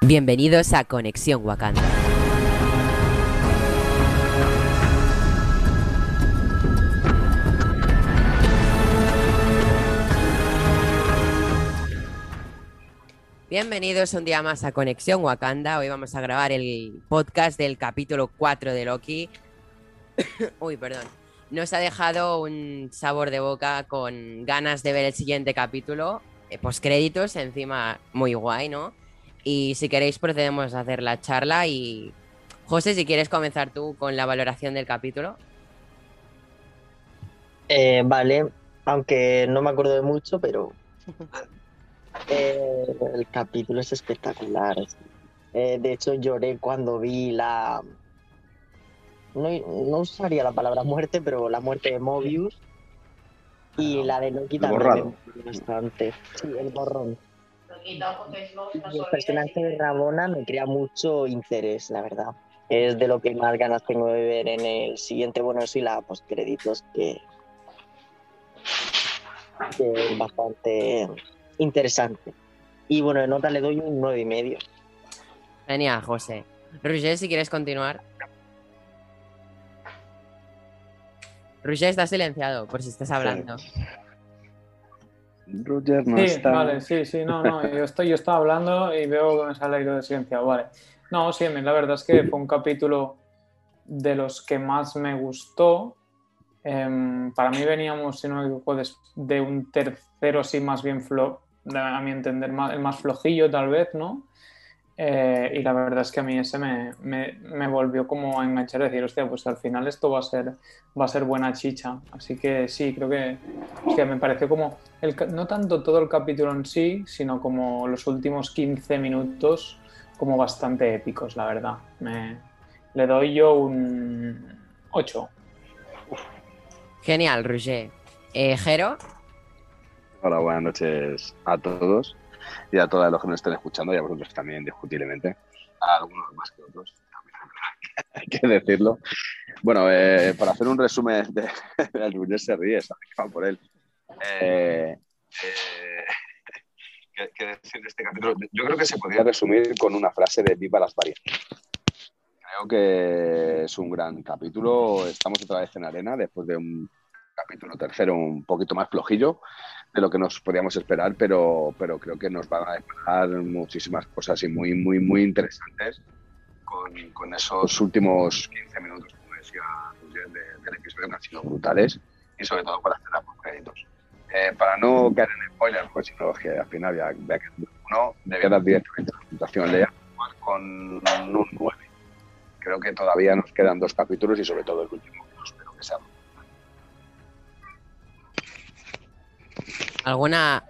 Bienvenidos a Conexión Wakanda. Bienvenidos un día más a Conexión Wakanda. Hoy vamos a grabar el podcast del capítulo 4 de Loki. Uy, perdón. Nos ha dejado un sabor de boca con ganas de ver el siguiente capítulo. Eh, Postcréditos, encima muy guay, ¿no? Y si queréis procedemos a hacer la charla y... José, si quieres comenzar tú con la valoración del capítulo. Eh, vale, aunque no me acuerdo de mucho, pero eh, el capítulo es espectacular. Eh, de hecho, lloré cuando vi la... No, no usaría la palabra muerte, pero la muerte de Mobius y la de Loki El también borrado. me dolió bastante. Sí, el borrón. Y el personaje de Personaje Rabona me crea mucho interés, la verdad. Es de lo que más ganas tengo de ver en el siguiente, bueno, eso y la postcréditos, que, que es bastante interesante. Y bueno, de nota le doy un nueve y medio. Genial, José. Roger, si quieres continuar. Roger está silenciado por si estás hablando. Roger no Sí, está. vale, sí, sí, no, no, yo estoy, yo estaba hablando y veo que me sale aire de silenciado, vale. No, sí, a mí la verdad es que fue un capítulo de los que más me gustó. Em, para mí veníamos, si no me equivoco, des- de, un tercero así más bien, flo a mi entender, más, el más flojillo tal vez, ¿no? Eh, y la verdad es que a mí ese me, me- me volvió como a enganchar, a decir, hostia, pues al final esto va a ser, va a ser buena chicha. Así que sí, creo que, hostia, me pareció como, el ca- no tanto todo el capítulo en sí, sino como los últimos 15 minutos como bastante épicos, la verdad. Me- le doy yo un 8. Genial, Roger. Eh, Jero, Hola, buenas noches a todos y a todos los que nos estén escuchando y a vosotros también, indiscutiblemente. A algunos más que otros, hay que decirlo. Bueno, eh, para hacer un resumen de, de Albuquerque se ríe, se ha por él. Eh, eh, ¿qué- qué decir de este capítulo? Yo creo que se podría resumir con una frase de Viva las varias. Creo que es un gran capítulo. Estamos otra vez en arena después de un capítulo tercero un poquito más flojillo, de lo que nos podíamos esperar, pero, pero creo que nos van a dejar muchísimas cosas y muy, muy, muy interesantes con, con esos últimos 15 minutos, como decía Roger, de- del episodio que han sido brutales y sobre todo para hacer las créditos. Eh, para no caer en spoilers, pues si no, que al final ya, ya que uno debía dar directamente la puntuación Lea con un 9. Creo que todavía nos quedan dos capítulos y sobre todo el último, que espero que sea alguna,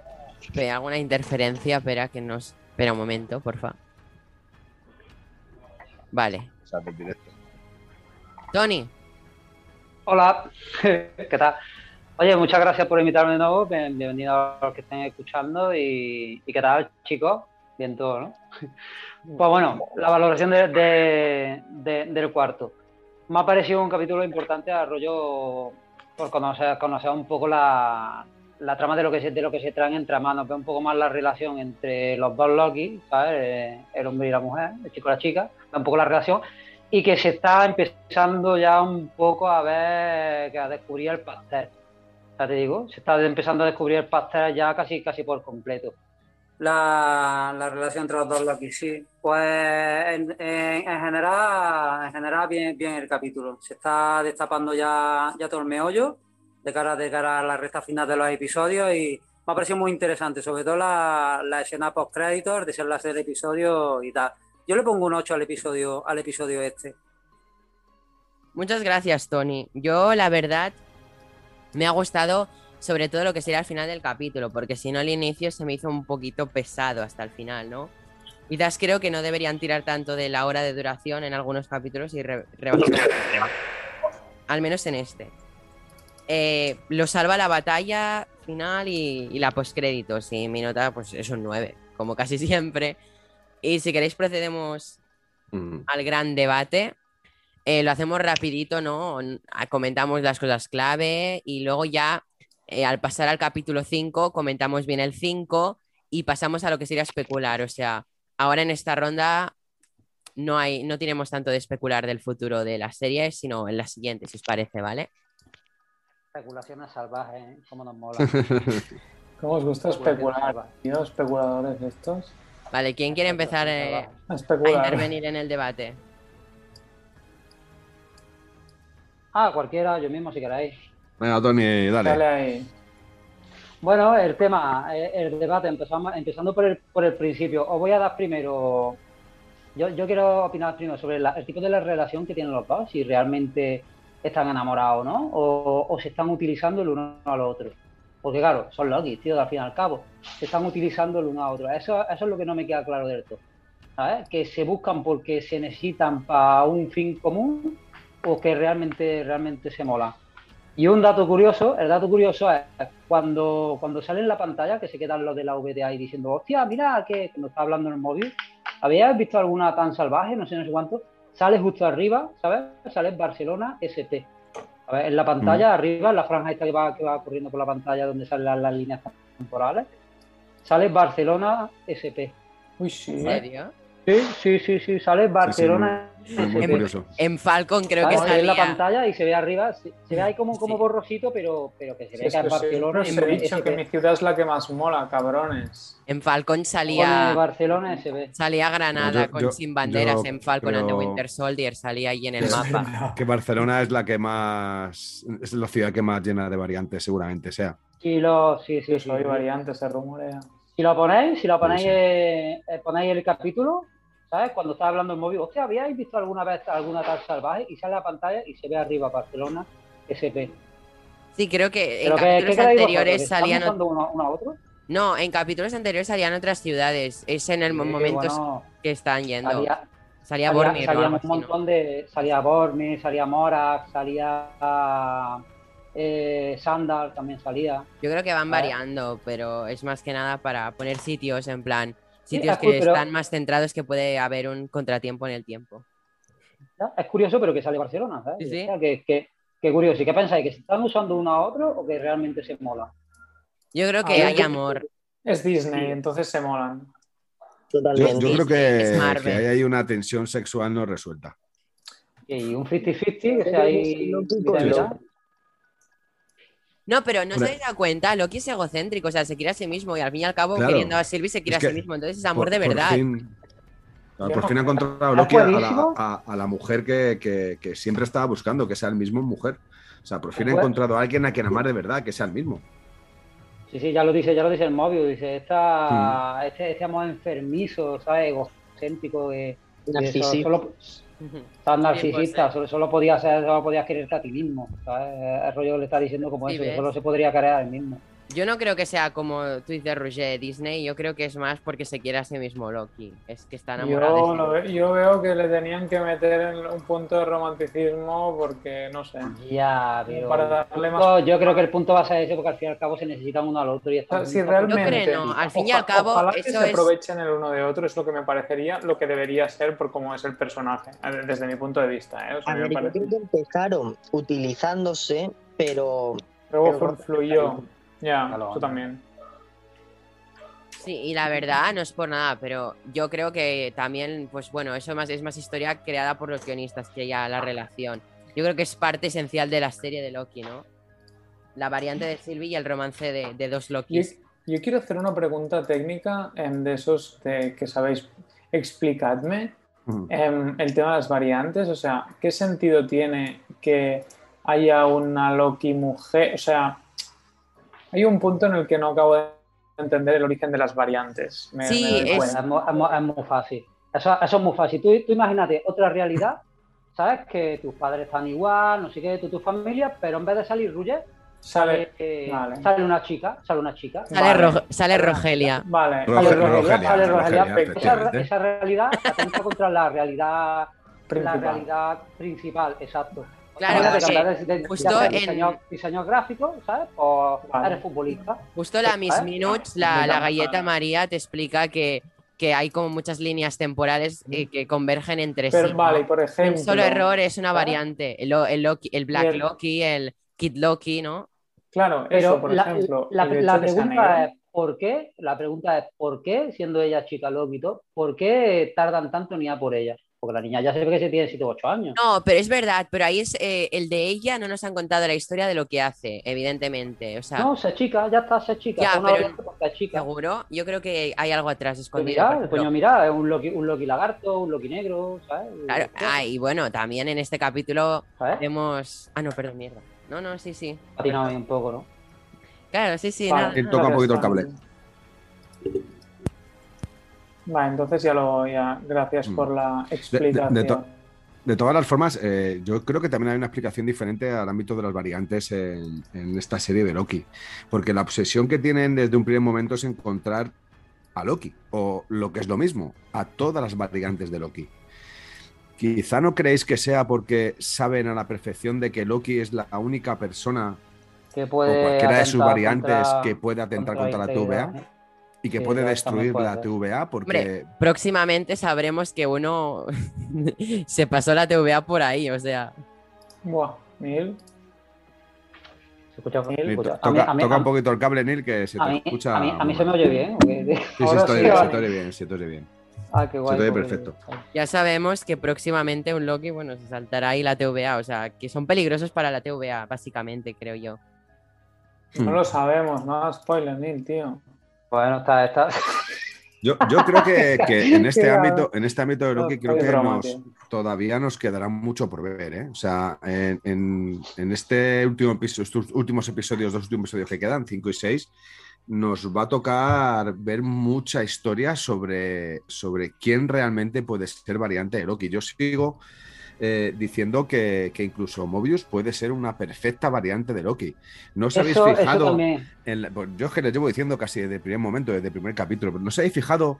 pe- alguna interferencia, espera que nos. Espera un momento, porfa. Vale. empezar del directo. Tony, Hola, ¿qué tal? Oye, muchas gracias por invitarme de nuevo, bien- bienvenido a los que estén escuchando y, y ¿qué tal, chicos? Bien todo, ¿no? Pues bueno, la valoración de- de- de- del cuarto. Me ha parecido un capítulo importante a rollo por conocer, conocer un poco la, la trama de lo que se, de lo que se traen entre manos, ver un poco más la relación entre los dos Loki, ¿sabes? Eh, El hombre y la mujer, el chico y la chica, ver un poco la relación y que se está empezando ya un poco a ver, que a descubrir el pastel. Ya te digo, se está empezando a descubrir el pastel ya casi, casi por completo. La, la relación entre los dos Loki, sí. Pues en, en- en general, en general bien, bien el capítulo. Se está destapando ya, ya todo el meollo de cara, de cara a la recta final de los episodios y me ha parecido muy interesante, sobre todo la, la escena post-créditos, el desenlace del episodio y tal. Yo le pongo un 8 al episodio, al episodio este. muchas gracias, Tony. Yo, la verdad, me ha gustado sobre todo lo que será al final del capítulo, porque si no, al inicio se me hizo un poquito pesado hasta el final, ¿no? Quizás creo que no deberían tirar tanto de la hora de duración en algunos capítulos y re- rebajar. al menos en este. Eh, lo salva la batalla final y, y la postcréditos. Y mi nota, pues es un 9, como casi siempre. Y si queréis, procedemos al gran debate. Eh, lo hacemos rapidito, ¿no? N- ah, Comentamos las cosas clave y luego ya, eh, al pasar al capítulo 5, comentamos bien el 5 y pasamos a lo que sería especular, o sea, ahora en esta ronda no, hay, no tenemos tanto de especular del futuro de las series, sino en la siguiente, si os parece, ¿vale? Especulaciones salvajes, ¿eh? ¿Cómo nos mola? ¿Cómo os gusta especular? Dios, especuladores estos. Vale, ¿quién quiere empezar eh, A a especular. intervenir en el debate? Ah, cualquiera, yo mismo si queréis. Venga, Tony, dale. Dale ahí. Bueno, el tema, eh, el debate, empezamos, empezando por el, por el principio. Os voy a dar primero, yo, yo quiero opinar primero sobre la- el tipo de la relación que tienen los dos, si realmente están enamorados o no, o, o se están utilizando el uno al otro. Porque claro, son Loki, tío, al fin y al cabo, se están utilizando el uno a otro. Eso, eso es lo que no me queda claro del todo. ¿Sabes? Que se buscan porque se necesitan para un fin común o que realmente, realmente se molan. Y un dato curioso, el dato curioso es cuando, cuando sale en la pantalla, que se quedan los de la VTA ahí diciendo, hostia, mira que nos está hablando en el móvil. ¿Habías visto alguna tan salvaje? No sé, no sé cuánto. Sale justo arriba, ¿sabes? Sale Barcelona ST. A ver, en la pantalla, arriba, en la franja esta que va, que va corriendo por la pantalla donde salen las, las líneas temporales, sale Barcelona SP. Uy, sí. ¿En ¿eh? serio? Sí, sí, sí, sí, sale Barcelona Fue muy En- curioso. En Falcon creo que ¿sabes? Se ve en la salía. pantalla y se ve arriba, se, se ve ahí como, como Sí. borrosito, pero, pero que se Sí, ve es que que es sí. Barcelona. Os he dicho SP. que mi ciudad es la que más mola, cabrones. En Falcon Pone salía. Barcelona SP. Salía Granada No, yo- con yo- Sin Banderas yo en Falcon and the creo- Winter Soldier, salía ahí en el Es- mapa. Que Barcelona es la que más. Es la ciudad que más llena de variantes, seguramente sea. Si lo, sí, sí, Yo sí. soy variante, se rumorea. Si lo ponéis, si lo ponéis, Sí, sí. eh, eh, ponéis el capítulo, ¿sabes? Cuando está hablando el móvil, hostia, ¿habíais visto alguna vez alguna tal salvaje? Y sale a la pantalla y se ve arriba Barcelona, SP. Sí, creo que en Pero que, ¿qué capítulos creéis anteriores vosotros? ¿Están salían. buscando uno, uno a otro? No, en capítulos anteriores salían otras ciudades. Es en el Sí, momento bueno, que están yendo. Salía, salía, Bormir. o salía, salía algo un así, ¿no? montón de... Salía Bormir, salía Morak, salía... eh, Sandal también salía. Yo creo que van Vale. variando, pero es más que nada para poner sitios en plan. Sí, Sitios ah, que pero- están más centrados que puede haber un contratiempo en el tiempo. ¿Ya? Es curioso, pero que sale Barcelona, ¿sabes? Sí, sí. O sea, que, que- que curioso. ¿Y qué pensáis? ¿Que se están usando uno a otro o que realmente se mola? Yo creo Ah, que yo hay creo- amor. Es Disney, Sí. entonces se molan. Yo, Totalmente. yo creo Es que, Marvel. que ahí hay una tensión sexual no resuelta. Y un 50-50, que sea ahí. Loki con vitalidad. Loki. No, pero no os Hombre. habéis dado cuenta, Loki es egocéntrico, o sea, se quiere a sí mismo y al fin y al cabo, Claro. queriendo a Sylvie, se quiere Es a que sí mismo. Entonces es amor Por- de verdad. Por fin, Claro, Yo por no- fin ha encontrado ¿Es Loki a la, buenísimo? a- a la mujer que, que- que siempre estaba buscando, que sea el mismo mujer. O sea, por fin ha Bueno. encontrado a alguien a quien amar de verdad, que sea el mismo. Sí, sí, ya lo dice, ya lo dice el móvil. Dice, esta, Mm. este, este amor enfermizo, ¿sabes? Egocéntrico, que, que solo, Narcisista. solo- tan narcisista, ser. solo, solo podías ser- solo podías quererte a ti mismo, ¿sabes? El rollo que le está diciendo como Sí, eso, que ¿ves? solo se podría querer a él mismo. Yo no creo que sea como Twitch de Roger de Disney, yo creo que es más porque se quiere a sí mismo Loki. Es que está Yo, enamorado. de sí lo mismo. ve- yo veo que le tenían que meter en un punto de romanticismo porque, no sé, Ya, pero. para darle más... No, yo creo que el punto va a ser ese porque al fin y al cabo se necesitan uno al otro y están Si juntos, realmente, Yo creo no, al fin y al cabo, ojalá que eso se es- aprovechen el uno de otro, es lo que me parecería, lo que debería ser por cómo es el personaje, a ver, desde mi punto de vista. ¿eh? O sea, A a mí me ver, yo parece- creo que empezaron utilizándose, pero Luego pero- fluyó, ya, Ya lo tú van. también. Sí, y la verdad no es por nada, pero yo creo que también, pues bueno, eso más, es más historia creada por los guionistas que ya la relación. Yo creo que es parte esencial de la serie de Loki, ¿no? La variante de Sylvie y el romance de, de dos Yo, Lokis. yo quiero hacer una pregunta técnica em, de esos de- que sabéis. Explicadme Mm. em, el tema de las variantes, o sea, ¿qué sentido tiene que haya una Loki mujer? O sea, hay un punto en el que no acabo de entender el origen de las variantes. Me- Sí, me doy es- cuenta. Es, mu- es mu- es muy fácil. Eso, eso es muy fácil. Tú, tú imagínate otra realidad, ¿sabes? Que tus padres están igual, no sé qué, tú, tu familia, pero en vez de salir Ruller, Sale, eh, vale. sale una chica, sale una chica. Sale, Vale. Rog- sale Rogelia. Vale, Roge- vale, Rogelia, Rogelia, sale Rogelia, Rogelia, pero esa, efectivamente. esa realidad atenta contra la realidad, la principal. realidad principal, exacto. Claro, Imagínate que porque en vez de- de- de justo hacer en- diseño, diseño gráfico, ¿sabes? Pues Vale. eres futbolista. Justo la Miss ¿Vale? Minutes, la, la Me llama galleta para- María, te explica que, que hay como muchas líneas temporales eh, que convergen entre Mm. Pero sí. ¿no? vale, por ejemplo. Un solo error es una ¿Ah? variante. El, lo- el Loki- el Black Bien. Loki, el Kid Loki, ¿no? Claro, Pero eso, por la, ejemplo. la- el hecho la que sea pregunta negro. es, ¿por qué? La pregunta es, ¿por qué, siendo ella chica Loki y todo, ¿por qué tardan tanto en ir a por ella? Porque la niña ya se ve que se tiene 7 u 8 años. No, pero es verdad, pero ahí es eh, el de ella, no nos han contado la historia de lo que hace, evidentemente. O sea, No, se chica, ya está, se chica. Ya, está una pero- variante porque es chica. seguro, yo creo que hay algo atrás Pues escondido. por mira, ejemplo. coño, mira, es un Loki, un Loki lagarto, un Loki negro, ¿sabes? Claro, ah, y bueno, también en este capítulo ¿Sabes? vemos. Ah, no, perdón, mierda. No, no, sí, sí. Patinado ahí un poco, ¿no? Claro, sí, sí. Vale. nada, Eh, nada. toca un poquito el cable. Vale, entonces ya lo ya, gracias Mm. por la De, de- explicación. de to- de todas las formas, eh, yo creo que también hay una explicación diferente al ámbito de las variantes en, en esta serie de Loki. Porque la obsesión que tienen desde un primer momento es encontrar a Loki, o lo que es lo mismo, a todas las variantes de Loki. Quizá no creéis que sea porque saben a la perfección de que Loki es la única persona Que o puede Pues cualquiera de sus atentar variantes contra- que puede atentar contra la integridad, TVA ¿eh? y que Sí, puede eso destruir también la puede TVA porque Hombre, Próximamente sabremos que uno se pasó la TVA por ahí, o sea. Buah, Miguel. Se escucha- Miguel, Mira, escucha. pues, A to- mí- toca, a mí- toca a un mí- poquito el cable, Neil, que se te a mí- escucha. A mí, a mí muy se me mal. oye bien. ¿o qué? Sí, sí, Ahora estoy sí, bien, ahora se te oye bien, se te oye bien. Ah, qué guay. Se te oye porque- perfecto. Ya sabemos que próximamente un Loki, bueno, se saltará ahí la TVA, o sea, que son peligrosos para la TVA, básicamente, creo yo. Mm. No Hmm. lo sabemos, no hagas spoiler, Neil, tío. Bueno, está, está. Yo, yo creo que, que en este Qué ámbito, en este ámbito de No, Loki, creo es que broma, nos- tío. todavía nos quedará mucho por ver, ¿eh? O sea, en, en- en este último episodio, estos últimos episodios, dos últimos episodios que quedan, 5 y 6, nos va a tocar ver mucha historia sobre, sobre quién realmente puede ser variante de Loki. Yo sigo eh, diciendo que, que incluso Mobius puede ser una perfecta variante de Loki. ¿No os habéis Eso, eso fijado? también. en la- pues yo es que les llevo diciendo casi desde el primer momento, desde el primer capítulo, pero ¿no os habéis fijado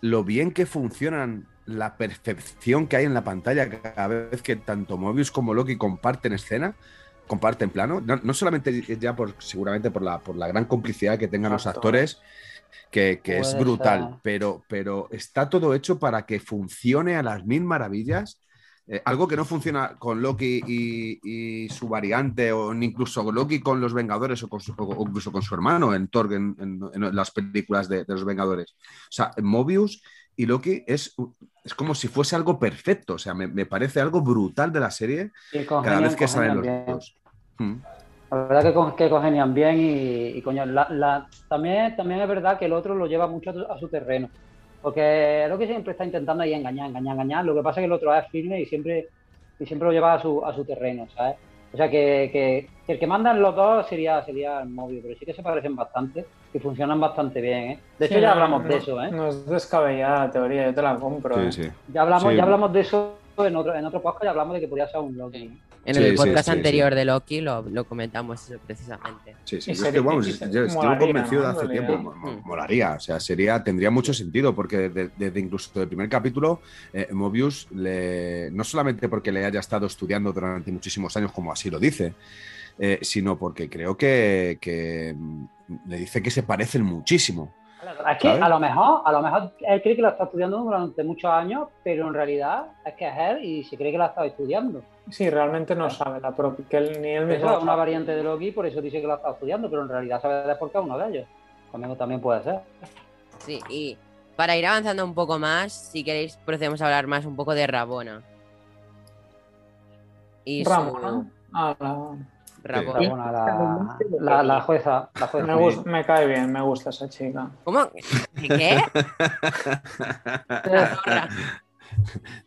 lo bien que funcionan la percepción que hay en la pantalla cada vez que tanto Mobius como Loki comparten escena? comparten plano, no, no solamente ya por seguramente por la, por la gran complicidad que tengan los Exacto. actores, que, que es Puede ser. brutal, pero, pero está todo hecho para que funcione a las mil maravillas. Eh, algo que no funciona con Loki y, y su variante, o ni incluso con Loki con los Vengadores o, con su- o incluso con su hermano en Thor, en, en- en las películas de, de los Vengadores. O sea, Mobius y Loki es, es como si fuese algo perfecto. O sea, me, me parece algo brutal de la serie Sí, cada congenian- vez que salen los congenian bien. dos. Mm. La verdad que, con- que congenian bien y, y coño, la- la- también, también es verdad que el otro lo lleva mucho a tu- a su terreno. Porque lo que siempre está intentando ahí engañar, engañar, engañar. Lo que pasa es que el otro es firme y siempre, y siempre lo lleva a su, a su terreno, ¿sabes? O sea que, que- que el que mandan los dos sería, sería el móvil, pero sí que se parecen bastante y funcionan bastante bien, ¿eh? De hecho, Sí, ya no, hablamos no, de eso, ¿eh? No es descabellada la teoría, yo te la compro. eh. Sí, sí. Ya hablamos, Sí. ya hablamos de eso en otro, en otro podcast, ya hablamos de que podría ser un Loki. ¿eh? En Sí, el sí, podcast sí, anterior de Loki lo, lo comentamos eso precisamente. Sí, sí, Y yo sería- es que, vamos, y se- yo estuve molaría, convencido de ¿no? hace En tiempo, realidad. mo- mo- molaría, o sea, sería, tendría mucho sentido, porque desde, desde incluso el primer capítulo, eh, Mobius, le- no solamente porque le haya estado estudiando durante muchísimos años, como así lo dice, eh, sino porque creo que, que, mm, le dice que se parecen muchísimo. Es que ¿Sabes? a lo mejor, a lo mejor él cree que lo está estudiando durante muchos años, pero en realidad es que es él y se cree que la estaba estudiando. Sí, realmente no sabe la propia, que él, ni él Eso mismo. es una variante de Loki, por eso dice que la estaba estudiando, pero en realidad sabe por qué es uno de ellos. Conmigo también puede ser. Sí, y para ir avanzando un poco más, si queréis, procedemos a hablar más un poco de Rabona. Y su- Ramona. Ah, la- Rabona. Pero bueno, la, la- la jueza, la me, jueza. gus- me cae bien, me gusta esa chica. ¿Cómo? ¿Qué? La zorra.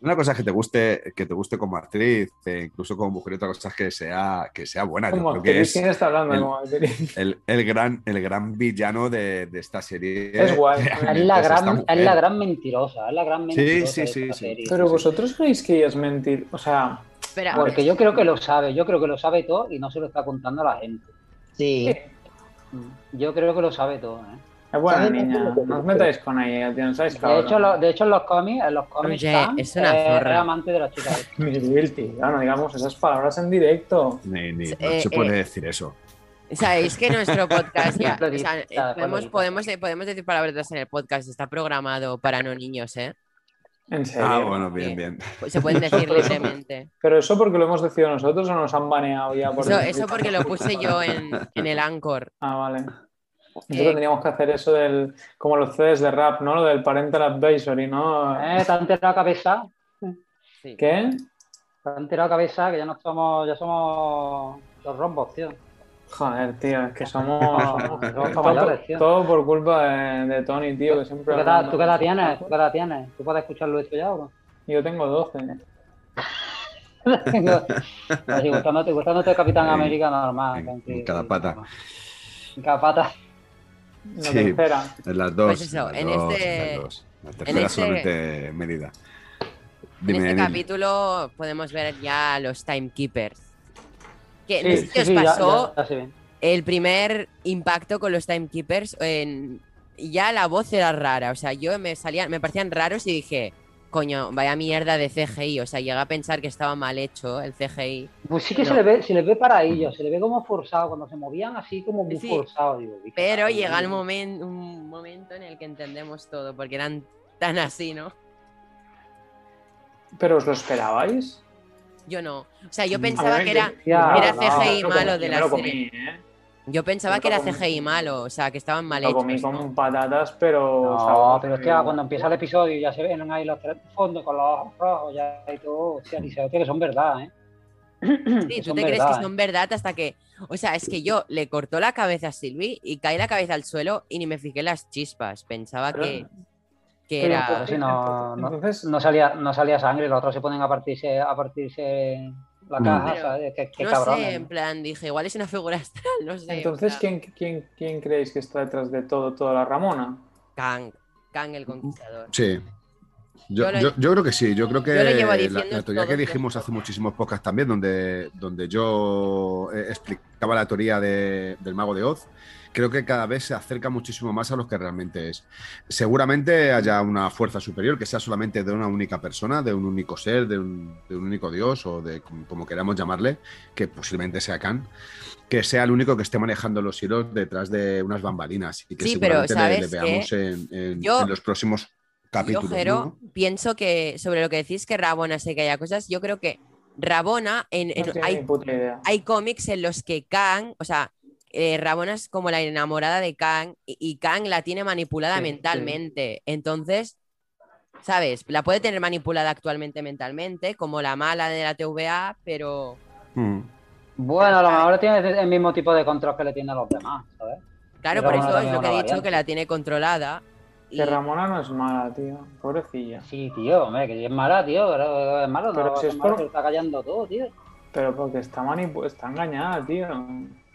Una cosa es que te guste, que te guste como actriz, eh, incluso como mujer, y otra cosa es que sea, que sea buena. Yo Como creo que actriz, ¿eh? es ¿quién está hablando? el- Como actriz? el, el gran, el gran villano de, de esta serie. Es guay. Es la, Realmente esta gran, mujer. es la gran mentirosa, es la gran Sí, mentirosa. sí, de sí, esta sí. serie. Pero sí. vosotros creéis que ella es mentir. O sea, Espera, Porque yo creo que lo sabe, yo creo que lo sabe todo y no se lo está contando a la gente. Sí. Yo creo que lo sabe todo, ¿eh. es buena ¿Sabes? niña. No os metáis con ella, tío. No sabéis De cabrón. hecho, lo- de hecho, en los cómics, en los cómics Oye, Sam, es una eh, zorra. era amante de las chicas. Miguel, tío, no digamos esas palabras en directo. Ni, ni- no Eh, se puede decir eso. sabéis que nuestro podcast ya, Lo o sea, eh, dices, claro, podemos, lo podemos, eh, podemos decir palabras en el podcast, está programado para no niños, ¿eh? En serio. Ah, bueno, bien, bien. Se pueden decir Nosotros. libremente. Pero eso porque lo hemos decidido nosotros o nos han baneado ya por Eso, decir- eso porque lo puse yo en, en el Anchor. Ah, vale. Eh. Nosotros teníamos que hacer eso del, como los CDs de rap, ¿no? Lo del parental advisory, ¿no? ¿Eh? ¿Te han enterado cabeza? Sí. ¿Qué? ¿Te han enterado cabeza que ya no somos, ya somos los rombos, tío? Joder, tío, es que somos. somos Somos todo, mayores, tío. todo por culpa de, de Tony, tío, que siempre. ¿Tú qué edad, hablando. tú qué edad tienes? ¿Tú qué edad tienes? ¿Tú puedes escucharlo esto ya o Yo tengo 12. no? Así, Pues gustándote, gustándote el Capitán Eh, América normal. en tranquilo. cada pata. En cada pata. La Sí. tercera. En las dos. Pues eso, en las en dos, este- en las dos. La tercera este- solamente medida. En Dime, este Enid. capítulo podemos ver ya a los timekeepers. Que no Sí, sé qué os pasó Ya, ya se ve. el primer impacto con los timekeepers. En... Ya la voz era rara. O sea, yo me salían, me parecían raros y dije, coño, vaya mierda de CGI. O sea, llegué a pensar que estaba mal hecho el CGI. Pues sí que se No. le ve, se le ve paradillo, se le ve como forzado, cuando se movían así como muy Sí. forzado, digo. "Uy, Pero cabrón". llega el momento, un momento en el que entendemos todo, porque eran tan así, ¿no? ¿Pero os lo esperabais? Yo no. O sea, yo Mm. pensaba que era. Ya, era no, CGI yo me lo malo comí, de yo la me lo serie. comí, ¿eh? Yo pensaba Me que lo era comí. CGI malo, o sea, que estaban mal Lo comí hechos. con ¿no? patatas, pero. No, sabroso, pero es que tío. ah, cuando empieza el episodio y ya se ven ahí los tres fondos con los ojos rojos ya y todo, hostia, dice, hostia, que son verdad, ¿eh? Sí, Que tú son te crees verdad, ¿eh? que son verdad hasta que. O sea, es que yo le cortó la cabeza a Silvi y caí la cabeza al suelo y ni me fijé las chispas. Pensaba Pero- que, que pero era. Pero pues, si no, no, Entonces- no salía, no salía sangre, los otros se ponen a partirse, a partirse la Mm. caja, Pero, ¿sabes? Qué, ¿eh? qué No cabrones, sé, en ¿no? plan, dije, igual es una figura astral, no sé. en Entonces, plan, ¿quién, quién, ¿quién creéis que está detrás de todo, toda la Ramona? Kang, Kang el conquistador. Sí. Yo, Yo lo- yo- yo creo que sí, yo creo que Yo lo llevo la- diciendo la, teoría todo que el dijimos tiempo. hace muchísimos podcasts también, donde, donde yo eh, explicaba la teoría de- del mago de Oz, creo que cada vez se acerca muchísimo más a los que realmente es. Seguramente haya una fuerza superior que sea solamente de una única persona, de un único ser, de un, de un único dios o de como como queramos llamarle, que posiblemente sea Khan, que sea el único que esté manejando los hilos detrás de unas bambalinas y que Sí, pero seguramente le- le, ¿sabes veamos qué? en, en- Yo- en los próximos capítulos. yo, Jero, ¿no? pienso que sobre lo que decís que Rabona sé que haya cosas, yo creo que Rabona, en, en- No tiene hay ni puta idea. hay cómics en los que Kang, o sea, eh, Ramona es como la enamorada de Kang y, y Kang la tiene manipulada Sí, mentalmente. Entonces, ¿sabes? La puede tener manipulada actualmente mentalmente, como la mala de la TVA, pero Mm. Bueno, a lo mejor tiene el mismo tipo de control que le tienen a los demás, ¿sabes? claro, Y por eso Ramona es también lo es que he una dicho, variante. que la tiene controlada. y- Que Ramona no es mala, tío. Pobrecilla. Sí, tío, hombre, que si es mala, tío, pero es malo, Pero no, si es es malo, por- se está callando todo, tío. Pero porque está manipu- está engañada, tío.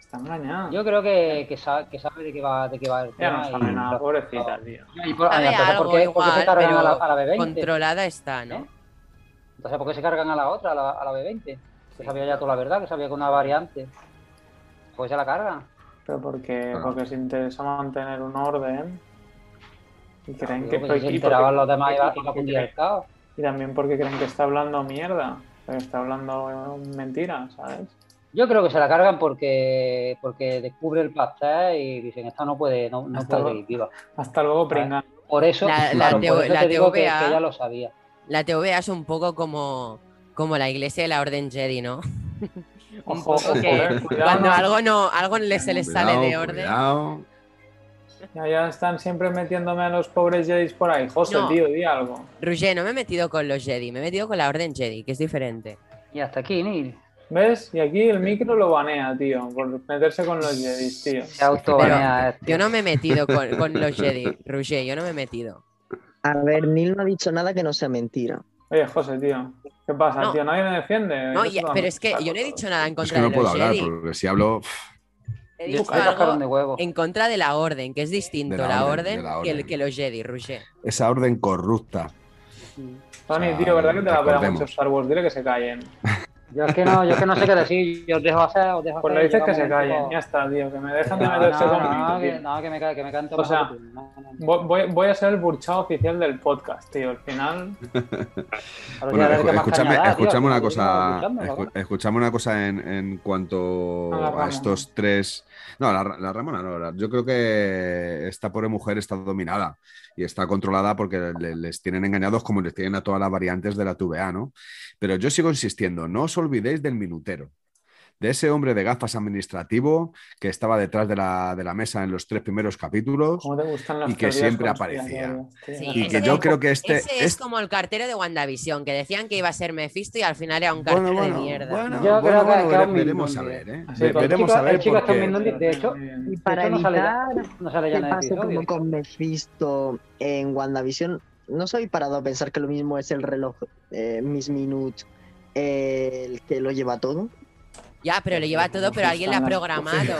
Está engañada. Yo creo que, que, sa- que sabe de qué va, de qué va el Ella no tema sabe y- nada, pobrecita, tío. Y por, Sabe ah, entonces, algo ¿por qué, por qué igual, se cargan pero a la, a la B20? Controlada está, ¿no? ¿Eh? Entonces, ¿por qué se cargan a la otra, a la, a la B20? Que sabía ya toda la verdad, que sabía que una variante. Pues se la cargan. Pero porque, Ah. porque se interesa mantener un orden. Y Ah, creen Digo, que pues, si se y porque- enteraban los demás iba, y iba a porque fundir el creen- caos. y también porque creen que está hablando mierda. Porque está hablando eh, mentiras, ¿sabes? Yo creo que se la cargan porque, porque descubre el pastel y dicen, esta no puede, no, no Hasta puede luego. ir viva. Hasta luego, pringa. Por eso, La- la claro, por teo- eso la te digo que, TVA. que ella lo sabía. La TVA es un poco como, como la iglesia de la Orden Jedi, ¿no? un Ojo, poco ojo, que eh, cuidado, Cuando no- algo no, algo le- se les Cuidado, sale de orden. cuidado. Ya, ya están siempre metiéndome a los pobres Jedis por ahí. José, No. tío, di algo. Roger, no me he metido con los Jedi, me he metido con la Orden Jedi, que es diferente. Y hasta aquí, Nil. ¿Ves? Y aquí el micro lo banea, tío, por meterse con los Jedis, tío. Se autobanea este. Yo no me he metido con, con los Jedi, Roger, yo no me he metido. A ver, Neil no ha dicho nada que no sea mentira. Oye, José, tío, ¿qué pasa, No. tío? ¿Nadie me defiende? No, Yo ya- solo- pero es que yo no he dicho nada en Es contra que no de los puedo hablar, Jedi. porque si hablo pff, He Yo dicho soy cascarón de algo huevo. en contra de la Orden, que es distinto De la la, Orden, orden, de la que el- Orden. Que, los Jedi, Roger. esa orden corrupta. Tony, Ah, tío, ¿verdad que te la pega recordemos. mucho Star Wars? Dile que se callen. Yo es que no, yo es que no sé qué decir, yo os dejo hacer, os dejo Pues hacer le y dices llega que un se momento callen, como- ya está, tío, que me dejan de No, meterse no, conmigo, no, que, tío. no, que me cae, que me canto O más sea, que tú. No, no, no. Voy, voy- voy a ser el burchado oficial del podcast, tío. Al final, Ahora Bueno, voy Pues a ver escu- qué más escúchame, caña da, tío. escúchame una Yo cosa. sigo escuchando, escu- ¿no? Escuchame una cosa en, en cuanto A la a Ramona. estos tres. No, la, la Ramona no. la- yo creo que esta pobre mujer está dominada y está controlada porque le- les tienen engañados como les tienen a todas las variantes de la TVA, ¿no? Pero yo sigo insistiendo, no os olvidéis del minutero. de ese hombre de gafas administrativo que estaba detrás de la, de la mesa en los tres primeros capítulos. ¿Cómo te gustan las Y que teorías siempre conspiratorias, Sí, tío? Y ese que yo es creo co- que este- Ese es este- como el cartero de WandaVision, que decían que iba a ser Mephisto y al final era un Bueno, cartero bueno, de mierda. bueno, Yo creo bueno, que ha bueno, quedado un veremos a millón de- ver, ¿eh? Así que Ve- con- veremos chico- a ver el chico está porque- un millón de- hecho, Y Bien. para no sale ya, evitar no sale ya que en el pase como episodio. con Mephisto en WandaVision, no soy parado a pensar que lo mismo es el reloj eh, Miss Minute eh, el que lo lleva todo. Ya, pero le lleva todo, pero alguien le ha Están- programado.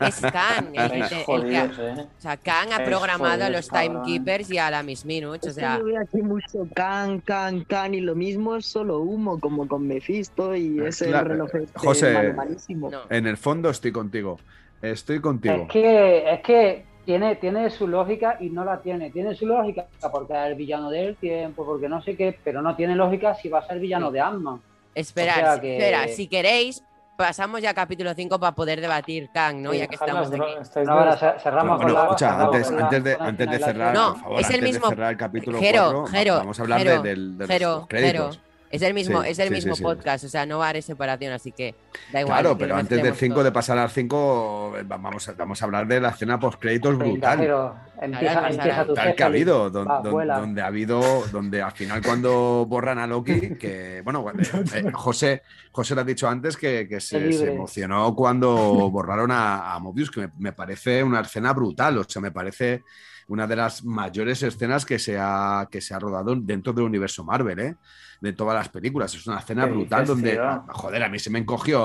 Es Khan, el, Estáis el- el que ha- jodidos, eh. o sea, Khan ha Estáis programado a jodidos, los cabrón. timekeepers y a la Miss Minutes, o Es que sea, yo veo aquí mucho can, can, can y lo mismo es solo humo como con Mephisto y Eh, ese claro, reloj este José, malo, malísimo. no. En el fondo estoy contigo. Estoy contigo. Es que, es que tiene, tiene su lógica y no la tiene. Tiene su lógica porque es el villano del tiempo, porque no sé qué, pero no tiene lógica si va a ser villano de Ant-Man. Esperad, O sea que- espera, si queréis, pasamos ya a capítulo 5 para poder debatir Kang, ¿no? Sí, Ya que dejad estamos las aquí. dro- estáis Pues No, ahora de- cer- cerramos Bueno, con la escucha, cerramos antes- con la- antes de- con la antes de final, cerrar, la- No, por es favor, el antes de mismo- cerrar el capítulo Jero, 4, Jero, vamos a hablar Jero, de, del- de los- Jero, los créditos. Jero. Es el mismo, Sí, es el sí, mismo sí, sí. podcast, o sea, no va a haber separación, así que da igual. Claro, que pero lo antes del mezclemos 5, todo. de pasar al 5, vamos a, vamos a hablar de la escena post-créditos Venga, brutal. Jero, Ahora, empieza, empieza ahora, tu Tal que jefa, ha habido, don- la don- abuela. donde ha habido, donde al final cuando borran a Loki, que bueno, eh, eh, José, José lo ha dicho antes que, que se, libre. se emocionó cuando borraron a, a Mobius, que me, me parece una escena brutal, o sea, me parece una de las mayores escenas que se ha, que se ha rodado dentro del universo Marvel, ¿eh? de todas las películas. Es una escena ¿Qué brutal dices, donde, tío? joder, a mí se me encogió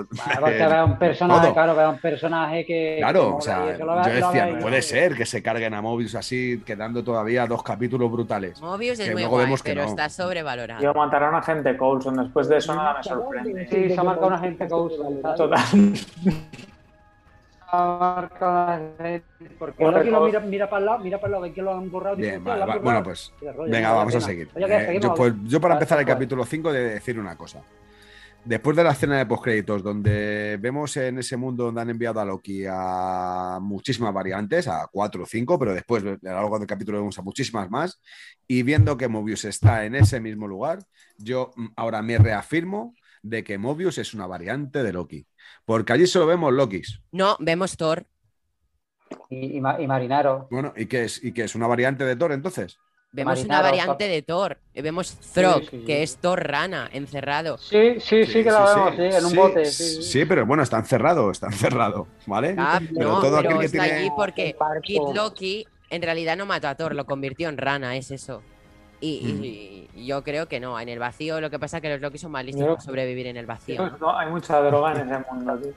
Aparte, era un personaje, Todo. claro, era un personaje que. eh, Claro, que o mola sea, y eso lo va- yo lo va decía, a no ver. puede ser que se carguen a Mobius así, quedando todavía dos capítulos brutales. Mobius es que muy luego guay, vemos que pero no. está sobrevalorado. Yo mataron a gente Coulson, después de eso nada me sorprende. Sí, se ha marcado una gente Coulson. Total. Se ha marcado una gente- Porque Bueno, Loki lo pero- mira, mira para el lado, mira para el lado, ve que lo han borrado. dice, Bien, "Hostia, lo vale, han va- borrado". bueno, pues Qué rollo, venga, vale vamos a pena. seguir. Oye, que Eh, seguimos yo, pues, yo para Vale, empezar el pues. capítulo 5 de decir una cosa. Después de la escena de postcréditos, donde vemos en ese mundo donde han enviado a Loki a muchísimas variantes, a cuatro o cinco, pero después a lo largo del capítulo vemos a muchísimas más, y viendo que Mobius está en ese mismo lugar, yo mm, ahora me reafirmo de que Mobius es una variante de Loki. Porque allí solo vemos Lokis. No, vemos Thor. Y, y Ma- y Marinaro. Bueno, ¿y qué es? ¿Y qué es? ¿Una variante de Thor entonces? Vemos una Marinaro, variante Thor. de Thor. Eh, Vemos Throg, sí, sí. que es Thor rana, encerrado. Sí, sí, sí, que la vemos, sí, en un bote. Sí, Sí, sí. sí, pero bueno, está encerrado, está encerrado, ¿vale? Ah, Pero no, todo pero aquel que está tiene- allí porque El barco. Kid Loki en realidad no mató a Thor, lo convirtió en rana, es eso. Y, y- Mm. y yo creo que no, en el vacío lo que pasa es que los Loki son más listos Yo- para sobrevivir en el vacío. No, hay mucha droga en ese mundo, tío.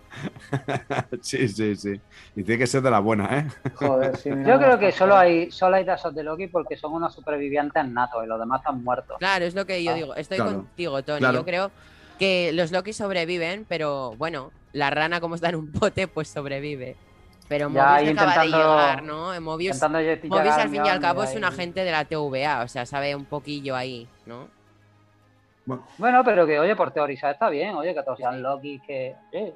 Sí, sí, sí. Y tiene que ser de la buena, ¿eh? Joder, sí, mira, Yo creo que bastante. solo hay, solo hay tazos de Loki porque son unos supervivientes natos y los demás están muertos. Claro, es lo que yo Ah, digo. Estoy claro. contigo, Tony. Claro. Yo creo que los Loki sobreviven, pero bueno, la rana como está en un pote, pues sobrevive. Pero Ya, Mobius ahí no acaba de intentando- llegar, ¿no? Eh, Mobius, Intentando lle- Mobius llegar al fin y al Mjolnir cabo es ahí. un agente de la TVA, o sea, sabe un poquillo ahí, ¿no? Bueno, pero que, oye, por teorizar está bien, oye, que todos sean Loki, que. eh,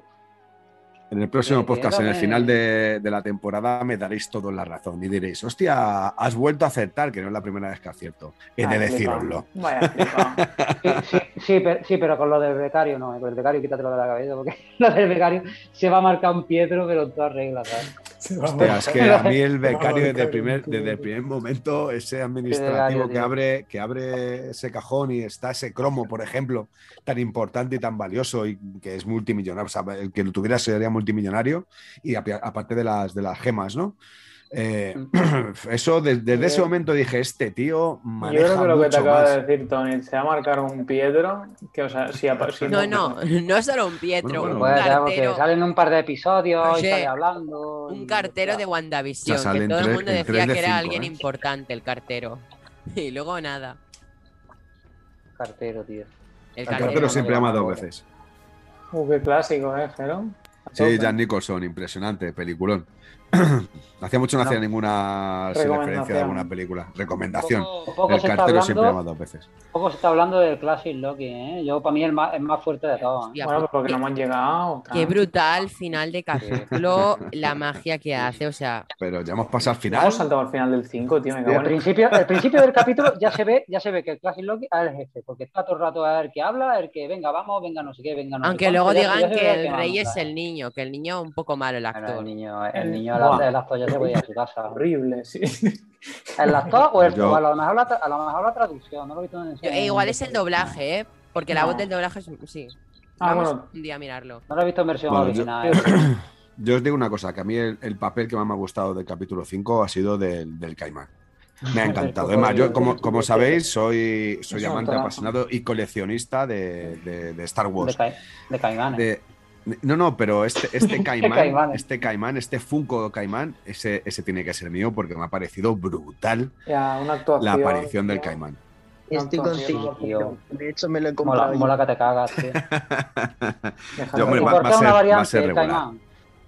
En el próximo Sí, podcast, en el eh. final de, de la temporada, me daréis todos la razón y diréis, hostia, has vuelto a acertar, que no es la primera vez que acierto. He de Ah, flipado. deciroslo. Vaya, flipado. Sí, sí, sí, pero, sí, pero con lo del becario no, eh, con el becario quítatelo de la cabeza, porque lo del becario se va a marcar un Pietro, pero en todas reglas, ¿sabes? Hostia, es que a mí el Vamos, becario desde el becario, primer, tío. desde el primer momento, ese becario, administrativo que tío. abre, que abre ese cajón y está ese cromo, por ejemplo, tan importante y tan valioso y que es multimillonario, o sea, el que lo tuviera sería multimillonario y apia- aparte de las, de las gemas, ¿no? Eh, eso de- desde ese momento dije, este tío Mm. Yo maneja creo que lo que te mucho acaba de más. decir, Tony, se va a marcar un Pietro, que, o sea, si... apa- si No, no, no solo un Pietro, Bueno, Bueno, un bueno. claro, porque cartero. salen un par de episodios Oye, y sale hablando. Un y- cartero de Hostia, WandaVision, Ya que sale en todo el tres- mundo en decía tres de que era cinco, alguien ¿eh? importante el cartero. Y luego nada. cartero, tío. El El cartero. cartero siempre no ama me dos acuerdo. veces. Uh, qué clásico, ¿eh, Jero? A Sí, tope. Jan Nicholson, impresionante, peliculón. Hacía mucho no, hacía ninguna sin referencia de Recomendación. alguna película. Recomendación. Poco, poco el se está cartero siempre ha hablando, llamado dos veces. poco se está hablando del Classic Loki, ¿eh? Yo, para mí, el más, el más fuerte de todos. ¿eh? Hostia, Bueno, pues porque no hemos llegado. Qué claro. brutal final de capítulo, la magia que hace, o sea, Pero ya hemos pasado al No hemos final. saltado al final del 5, tío. Me cago en... Al principio, al principio del capítulo ya se ve, ya se ve que el Classic Loki ah, es el jefe, porque está todo el rato a ver que habla, el que venga, vamos, venga, no sé qué, venga, no sé aunque luego cuánto, ya- ya digan se que ve ¿eh? el va a rey mandar. es el niño, que el niño es un poco malo el Bueno, el actor. niño, el niño, el, Buah. el actor ya se podía ayudar, ¿sabes? Horrible, sí. El actor o el Yo- o a lo mejor la, tra- a lo mejor la traducción, no lo he visto en Yo- e igual es el doblaje, ¿eh? Porque la No. voz del doblaje es... Sí. Ah, Vamos bueno. un día a mirarlo. No lo he visto en versión Bueno, yo- original. ¿eh? Yo os digo una cosa, que a mí el, el papel que más me ha gustado del capítulo 5 ha sido del, del caimán. Me ha encantado. Además, yo, como, como sabéis, soy, soy Es un amante actorazo. apasionado y coleccionista de, de- de Star De, Wars. ca- de caimanes. De- no, no, pero este, este caimán, caimanes. este caimán, este Funko caimán, ese, ese tiene que ser mío porque me ha parecido brutal Ya, una actuación. la aparición del tío. caimán. Estoy Tanto, contigo. tío. De hecho, me lo he Mola, comprado. yo. mola que te cagas, tío. Déjalo. Yo, hombre, ¿Y va- por qué va a es una ser- va a variante ser del regular. caimán?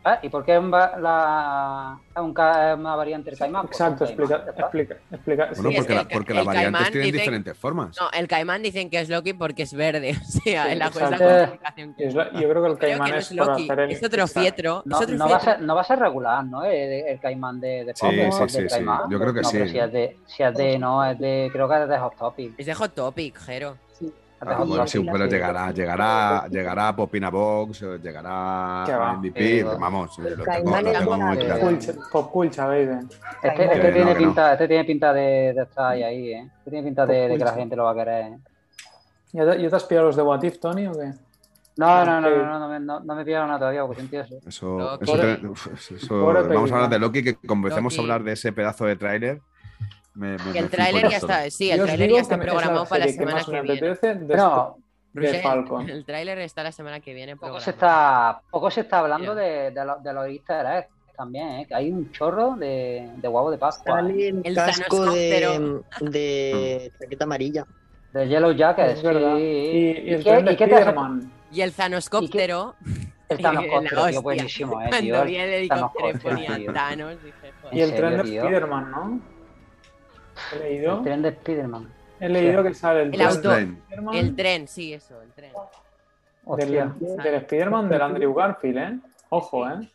¿Eh? ¿Y por qué es un va- la- es un ca- es una variante del caimán? Pues Exacto, es un caimán, explica, ya está. explica, explica. sí, Bueno, es porque, que la- el ca- porque las el variantes caimán tienen dice- diferentes formas. No, el caimán dicen que es Loki porque es verde, o sea, Sí, es la, es la exacto. justificación que es la- yo creo que Creo el que caimán no es es por Loki, hacer el- es otro fietro, No, es otro no va a fietro. ser, no va a ser regular, ¿no? El, el caimán de, de Sí, Pop, ¿no? sí, Del sí, sí. caimán. Yo creo que No, pero sí. Si es, de, si es de, no, es de, creo que es de Hot Topic. Es de Hot Topic, Jero. Es de Ah, Hot bueno, Topic, sí, pero sí. llegará, llegará, llegará a Popina Box, eh, llegará Qué va. a MVP, Eh, vamos, eh, el lo tengo, caimán lo es tengo muy grande. Pop claro. culture, pop culture, baby. Este, Que este no, tiene que pinta, este tiene pinta de, de estar ahí, ahí, ¿eh? Este tiene pinta de, de Pues, que la gente lo va a querer. ¿eh? ¿Ya te, ya te has pillado los de What If, Tony, o qué? No, no, pues, no, no, no, no, me- no, no me pillaron nada todavía, porque entiendo eso. Eso, No, eso corre. te- uf, eso- Corre, vamos película. a hablar de Loki, que como empecemos a Loki. hablar de ese pedazo de tráiler, me, me- Que me el flipo tráiler yo ya solo. está, sí, Yo el os tráiler digo ya que está me- es programado para la serie que semana más que me viene. apetece de Pero de Roger, Falcon. el tráiler está la semana que viene poco se programado. está, poco se está hablando de, de, lo- de los easter eggs también, ¿eh? Que hay un chorro de, de huevo de Pascua, ¿eh? Sale el, El casco de, Thanoscóptero. de Mm. chaqueta amarilla. de Yellow Jackets. Es verdad. sí. Y, y el qué- tren de y qué te hace- Spider-Man. Y el Zanoscóptero, El Thanos La Coster, tío, hostia. buenísimo, ¿eh? Tío, cuando vi el helicóptero y Thanos Coster, ponía tío. Thanos, dije, joder. Y el ¿En tren de serio, tío? Spider-Man, ¿no? He El leído, tren de Spider-Man. he leído que sale el El tren de auto. Strange. Spider-Man. El tren, sí, eso, el tren. Hostia. Del, del Spider-Man del Andrew Garfield, ¿eh? Ojo, ¿eh?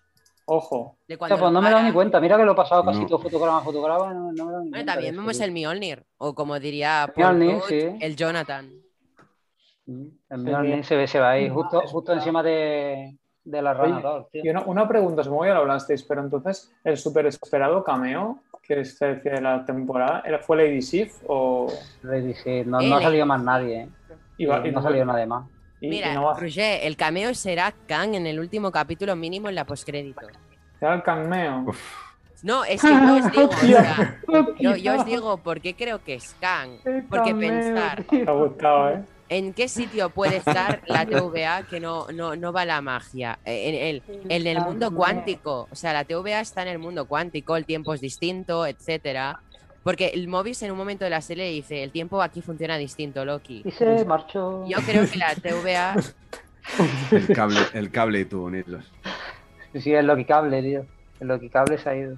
Ojo. De O cuando sea, lo pues no me he dado para. ni cuenta. Mira que lo he pasado casi No. todo fotograma a fotograma. No, no me he dado ni Bueno, cuenta también de vemos eso, el Mjolnir, o como diría tío. Paul Mjolnir, Rudd, sí. el Jonathan. El Mjolnir se ve, se va ahí, No, justo, es justo verdad. encima de, de la Oye, rana Thor, tío. Y una, una pregunta, supongo que ya lo hablasteis, pero entonces, ¿el super esperado cameo que es el de la temporada ¿era- fue Lady Sif o Le dije, no, Eh, no ha le- salido más nadie. eh. iba- y no ha salido nadie más. y- y Mira, no va a Roger, el cameo será Kang en el último capítulo mínimo en la postcrédito. será el cameo? No, es que yo os digo, o sea, yo, yo os digo por qué creo que es Kang. El porque cameo, pensar- tío. Me ha gustado, ¿eh? ¿En qué sitio puede estar la TVA que no, no, no va la magia? Eh, En el, en el mundo cuántico. O sea, la TVA está en el mundo cuántico, el tiempo es distinto, etcétera. Porque el Mobius en un momento de la serie dice, el tiempo aquí funciona distinto, Loki. Y se marchó. Yo creo que la TVA El cable, el cable y tú unirlos. Sí, sí, es Loki Cable, tío. El Loki Cable se ha ido.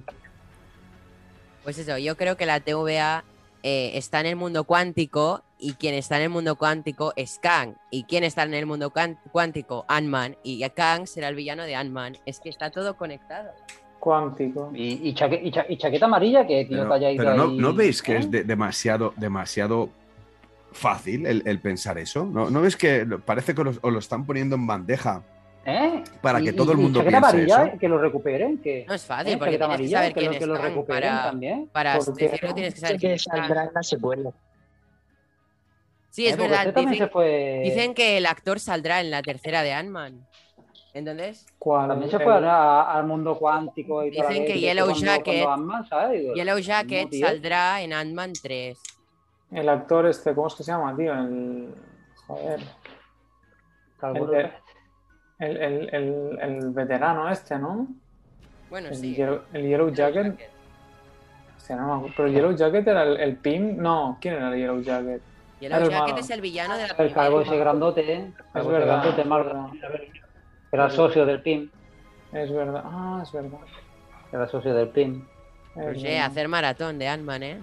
Pues eso, yo creo que la TVA eh, está en el mundo cuántico y quien está en el mundo cuántico es Kang. ¿Y quien está en el mundo cuán- cuántico? Ant-Man. Y a Kang será el villano de Ant-Man. Es que está todo conectado. Cuántico. Y, y, chaque- y cha- y chaqueta amarilla que, tío, Pero, que haya ido pero no, ahí, ¿no veis que ¿eh? es de- demasiado, demasiado fácil el, el pensar eso? ¿No, ¿No veis que lo- parece que os os lo están poniendo en bandeja? ¿Eh? Para que Y- todo el y ¿eh? mundo chaqueta piense amarilla, eso. que lo recuperen, que No es ¿eh? fácil, porque chaqueta tienes que saber que quién lo, es que lo Kang. recuperen Para, también. para porque- decirlo tienes que saber Sé quién que es Kang. saldrá en la secuela. Sí, es ¿eh? Porque verdad. este también Dicen, se fue... dicen que el actor saldrá en la tercera de Ant-Man. Entonces, ¿Cuál? También se fue El- a- al mundo cuántico y toda la Dicen que leche, Yellow cuando- cuando Jacket- Batman, ¿sabes? Digo, Yellow Jacket Pues, no, tío. saldrá en Ant-Man 3. El actor este, ¿cómo es que se llama, tío? El... Joder. Calvo- El, de- el, el, el, el veterano este, ¿no? Bueno, El, Pues sí. Yellow, el Yellow Jacket. Hostia, no me acuerdo. Pero el Yellow Jacket era el, el Pim. No, ¿quién era el Yellow Jacket? Yellow Claro, Jacket malo. es el villano de la El primera. calvo ese grandote, ¿eh? Es Calvo ese verdad. grandote, es mal- verdad. Era socio del team. Es verdad. Ah, es verdad. Era socio del PIN. No Eh, sé, Pues, hacer maratón de Ant-Man, ¿eh?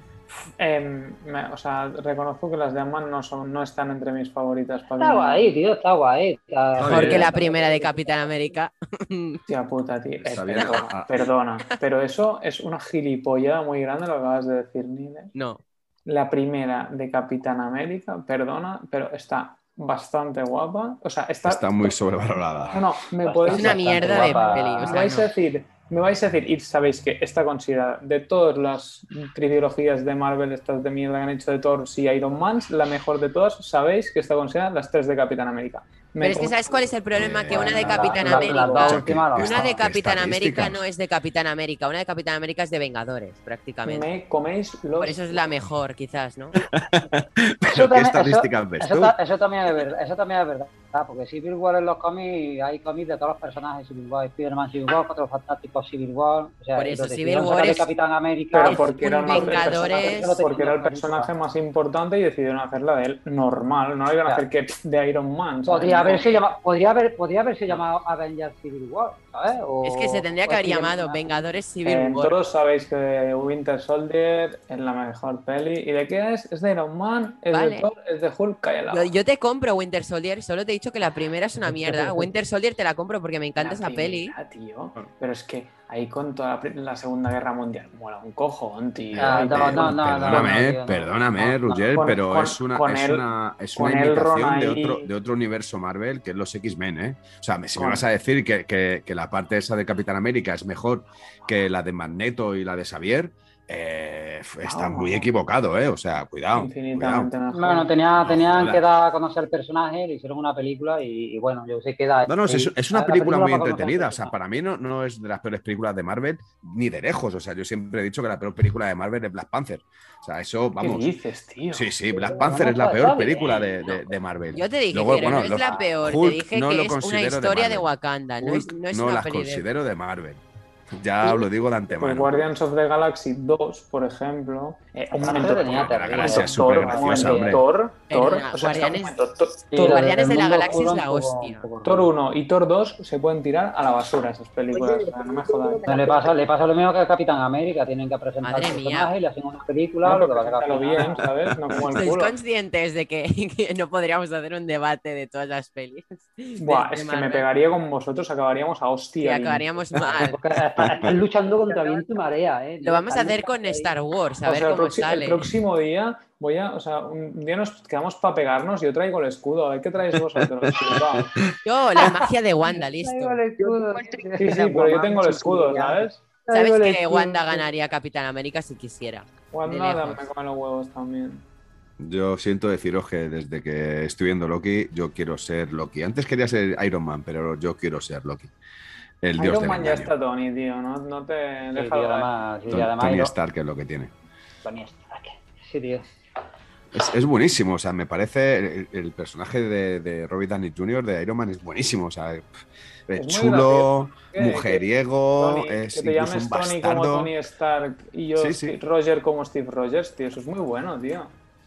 em, me- o sea, reconozco que las de Ant-Man no, son- no están entre mis favoritas. Para Está mí. guay, tío, está guay. Está... Está Mejor bien. que la primera de Capitán América. Hostia puta, tío. Eh, Está bien. perdona, Ah. perdona. Pero eso es una gilipollada muy grande lo que acabas de decir, Nile. No. La primera de Capitán América, perdona, pero está bastante guapa. O sea, está. Está muy sobrevalorada. No, no, me Bastante podéis. Es una Bastante mierda de guapa. peli. O me vais a sea, no. decir, me vais a decir, y sabéis que está considerada de todas las trilogías de Marvel, estas de mierda que han hecho de Thor y Iron Man, la mejor de todas, sabéis que está considerada las tres de Capitán América. Me Pero es que ¿sabes cuál es el problema? Que una de Eh, Capitán la- la- la- América... la- última no. Una de Esta- Capitán América no estadísticas. es de Capitán América. Una de Capitán América es de Vengadores, prácticamente. me coméis los Por eso es la mejor, quizás, ¿no? Eso ¿Pero ¿Qué también- estadísticas ves Eso, tú? ta- eso también es verdad, eso también es verdad, porque Civil War en los cómics hay cómics de todos los personajes Civil War, Spider-Man Civil War, Cuatro Fantásticos Civil War, o sea, Por eso entonces, Civil si van a sacar War de es- Capitán América, Pero Es porque era, un más el Vengadores. personaje- porque era el personaje más importante y decidieron hacerla de él normal. No le iban a Claro. hacer que pff, de Iron Man. ¿sabes? podría No. haberse llamado, podría haber, podría haberse llamado Avengers Civil War, ¿sabes? O- Es que se tendría que o haber llamado Spider-Man. Vengadores Eh, Civil War. todos sabéis que Winter Soldier es la mejor peli. ¿Y de qué es? Es de Iron Man, es Vale. de Thor, es de Hulk, cállala. Yo, yo te compro Winter Soldier, solo te he dicho que la primera es una mierda. Winter Soldier te la compro porque me encanta La esa peli. primera, tío. oh. Pero es que ahí con toda la, pri- la Segunda Guerra Mundial mola un cojón, tío. Ah, Y no, te- no, no. perdóname, eh, no, no, perdóname, no, no. Roger, Con- pero con- es una, con es el- una, es una con el Ron imitación de ahí. otro, de otro universo Marvel, que es los X-Men, ¿eh? O sea, me- si me Con- vas a decir que, que- que la parte esa de Capitán América es mejor que la de Magneto y la de Xavier, eh, f- está No. muy equivocado, ¿eh? O sea, cuidado. cuidado. infinitamente mejor. Bueno, tenía, No, tenían joder. que dar a conocer el personaje, le hicieron una película y, y bueno, yo sé que da. No, no, es, es la una película muy para conocer el entretenida. O sea, personaje. para mí no, no es de las peores películas de Marvel, ni de lejos. O sea, yo siempre he dicho que la peor película de Marvel es Black Panther. O sea, eso, vamos. ¿Qué dices, tío? Sí, sí, Black Pero Panther no es la puede peor ser, película eh, de, de- no. de Marvel. Yo te dije Luego, que bueno, no es los la peor, Hulk te dije no que lo es una considero de historia de, Marvel. Wakanda, no es, Hulk no es no una las peli de- considero de Marvel. Ya os lo digo de Pues antemano. Guardians of the Galaxy 2, por ejemplo. Eh, un Aparte momento, tenía un terrible. momento Gracias, Thor, supergraciosa, un momento hombre. Thor, Thor, Perdona, o sea, está un Guardianes- momento Thor, Sí, Thor- lo del Guardianes de la mundo Galaxia es oscuro la un poco- hostia. un poco- Thor 1 y Thor 2 se pueden tirar a la basura esas películas. Oye, o sea, no me jodas. No, le, pasa, le pasa lo mismo que a Capitán América, tienen que presentar Madre el mía. personaje y le hacen una película, No, pero lo que va a sacar preséntalo al final. bien, ¿sabes? No como el ¿Sois culo. conscientes de que, que no podríamos hacer un debate de todas las pelis? de- Buah, de es que me Marvel? pegaría con vosotros, acabaríamos a Y hostia. acabaríamos mal. Porque está- están luchando contra viento y marea, ¿eh? Lo vamos a Están hacer con luchando ahí. Star Wars, a O ver sea, el, cómo proxi- el sale. próximo día voy a, o sea, un día nos quedamos para pegarnos, yo traigo el escudo, a ver qué traéis vosotros. Va. Yo, la magia de Wanda, listo. Traigo el escudo. Sí, sí, pero yo tengo el escudo, ¿sabes? ¿Sabes Traigo el que escudo. Wanda ganaría a Capitán América si quisiera? Wanda, De lejos. dame come los huevos también. Yo siento deciros que desde que estoy viendo Loki, yo quiero ser Loki. Antes quería ser Iron Man, pero yo quiero ser Loki. El dios Iron del Man ya engaño. está Tony, tío, no, no te Sí, deja tío, además, sí, Tony- además Tony Iron- Stark es lo que tiene. Tony Stark. Sí, tío. Es, es buenísimo, o sea, me parece el, el personaje de, de Robbie Downey Jr. de Iron Man es buenísimo, o sea, pff, Es muy chulo, ¿Qué? mujeriego, Tony, es que te incluso llames Tony un como bastardo. Tony Stark y yo Sí, sí. Steve Roger como Steve Rogers, tío, eso es muy bueno, tío.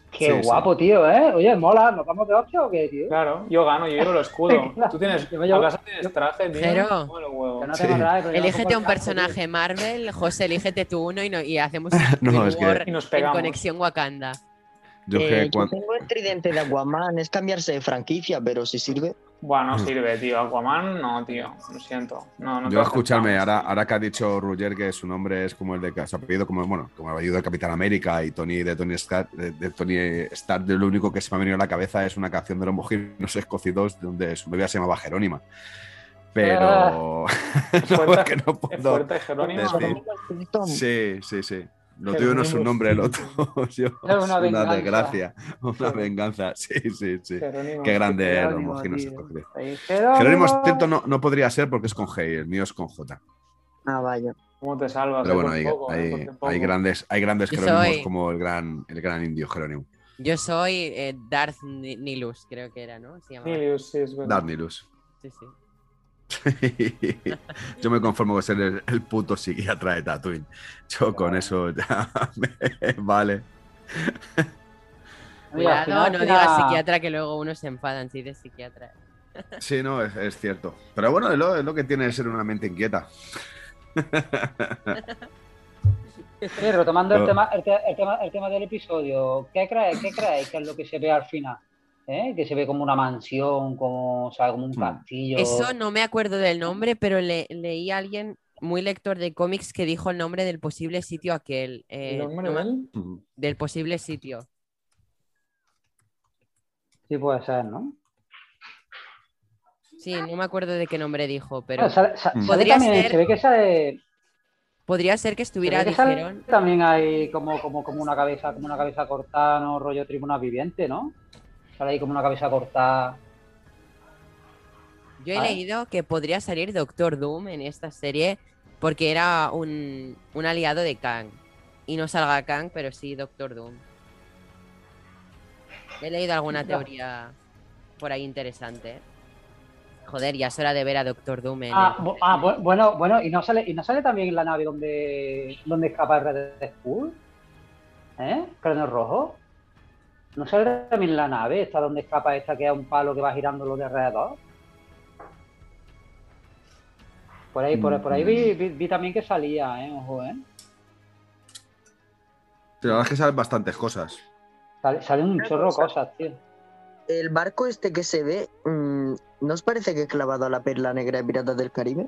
Qué Sí, sí. guapo, tío, ¿eh? Oye, mola, ¿nos vamos de opción o qué, tío? Claro, yo gano, yo llevo el escudo. Tú tienes, Yo me llevo- ¿acaso tienes traje, tío? Pero- Come los huevos. Que no Sí. tengo nada, pero yo me Elígete pongo un el casco, tío. personaje Marvel, José, elígete tú uno y, no- y hacemos No, Civil es que- War Y nos en pegamos. conexión Wakanda. Yo Eh, que yo cuan- tengo el tridente de Aquaman, es cambiarse de franquicia, pero si sirve. Buah, no sirve, tío. Aquaman, no, tío. Lo siento. No, no te yo lo escucharme, aceptamos. ahora, ahora que ha dicho Ruger que su nombre es como el de su apellido, como bueno, como el apellido de Capitán América y Tony de Tony Stark, de, de Tony Stark, lo único que se me ha venido a la cabeza es una canción de los mojinos escocidos donde su novia se llamaba Jerónima. Ah, Pero no, fuerte- porque no Es puedo. fuerte, Jerónimo. Desde- ¿no? Mm. Sí, sí, sí. Lo Pero tuyo no es tenemos- un nombre, el otro es una una, venganza. desgracia, una Claro. venganza. Sí, sí, sí. Jerónimo. Qué grande es los Jerónimo, mojinos tío. escoceses. Ahí, Jerónimo Stilton no, no podría ser porque es con G, y el mío es con J. Ah, vaya. ¿Cómo te salvas? Pero eh, bueno, por hay, poco, eh, hay- por poco. hay grandes, hay grandes Yo Jerónimos soy- como el gran, el gran indio Jerónimo. Yo soy eh, Darth Ni- Nilus, creo que era, ¿no? Se llamaba. Milius, sí, es verdad. Darnilus. Sí, sí. Yo me conformo con ser el, el puto psiquiatra de Tatooine. Yo con eso ya me- vale. Mira, al Cuidado, final- no al digas final- psiquiatra que luego unos se enfadan si dices psiquiatra. Sí, no, es, es cierto. Pero bueno, es lo, es lo que tiene ser una mente inquieta. Sí, retomando el, No. tema, el, te- el tema, el tema del episodio, ¿qué creéis, qué creéis que es lo que se ve al final? ¿Eh? Que se ve como una mansión, como, o sea, como un Hmm. castillo. Eso no me acuerdo del nombre, pero le- leí a alguien muy lector de cómics que dijo el nombre del posible sitio aquel. eh, ¿El hombre no me- del? Del posible sitio. Sí, puede ser, ¿no? Sí, no me acuerdo de qué nombre dijo, pero Ah, sale- sa- Hmm. sale Podría también- ser- Se ve que sale, podría ser que se ve estuviera, que sale dijeron. también hay como, como, como una cabeza, como una cabeza cortada, ¿no? Rollo tribuna viviente, ¿no? Sale ahí como una cabeza cortada. Yo he Ah. leído que podría salir Doctor Doom en esta serie porque era un, un aliado de Kang. Y no salga Kang, pero sí Doctor Doom. He leído alguna Mira. teoría por ahí interesante. Joder, ya es hora de ver a Doctor Doom en Ah, el- bu- ah, bu- bueno, bueno, y no sale, y no sale también la nave donde, donde escapa Red Skull, ¿eh? Cráneo rojo. No sale también la nave, esta donde escapa esta que es un palo que va girando lo de alrededor. Por ahí, por, por ahí vi, vi- vi también que salía, ¿eh? Ojo, ¿eh? La verdad es que saben bastantes cosas. Sale, sale un Una chorro de cosa. cosas, tío. El barco este que se ve, mm, ¿no os parece que es clavado a la perla negra de Piratas del Caribe?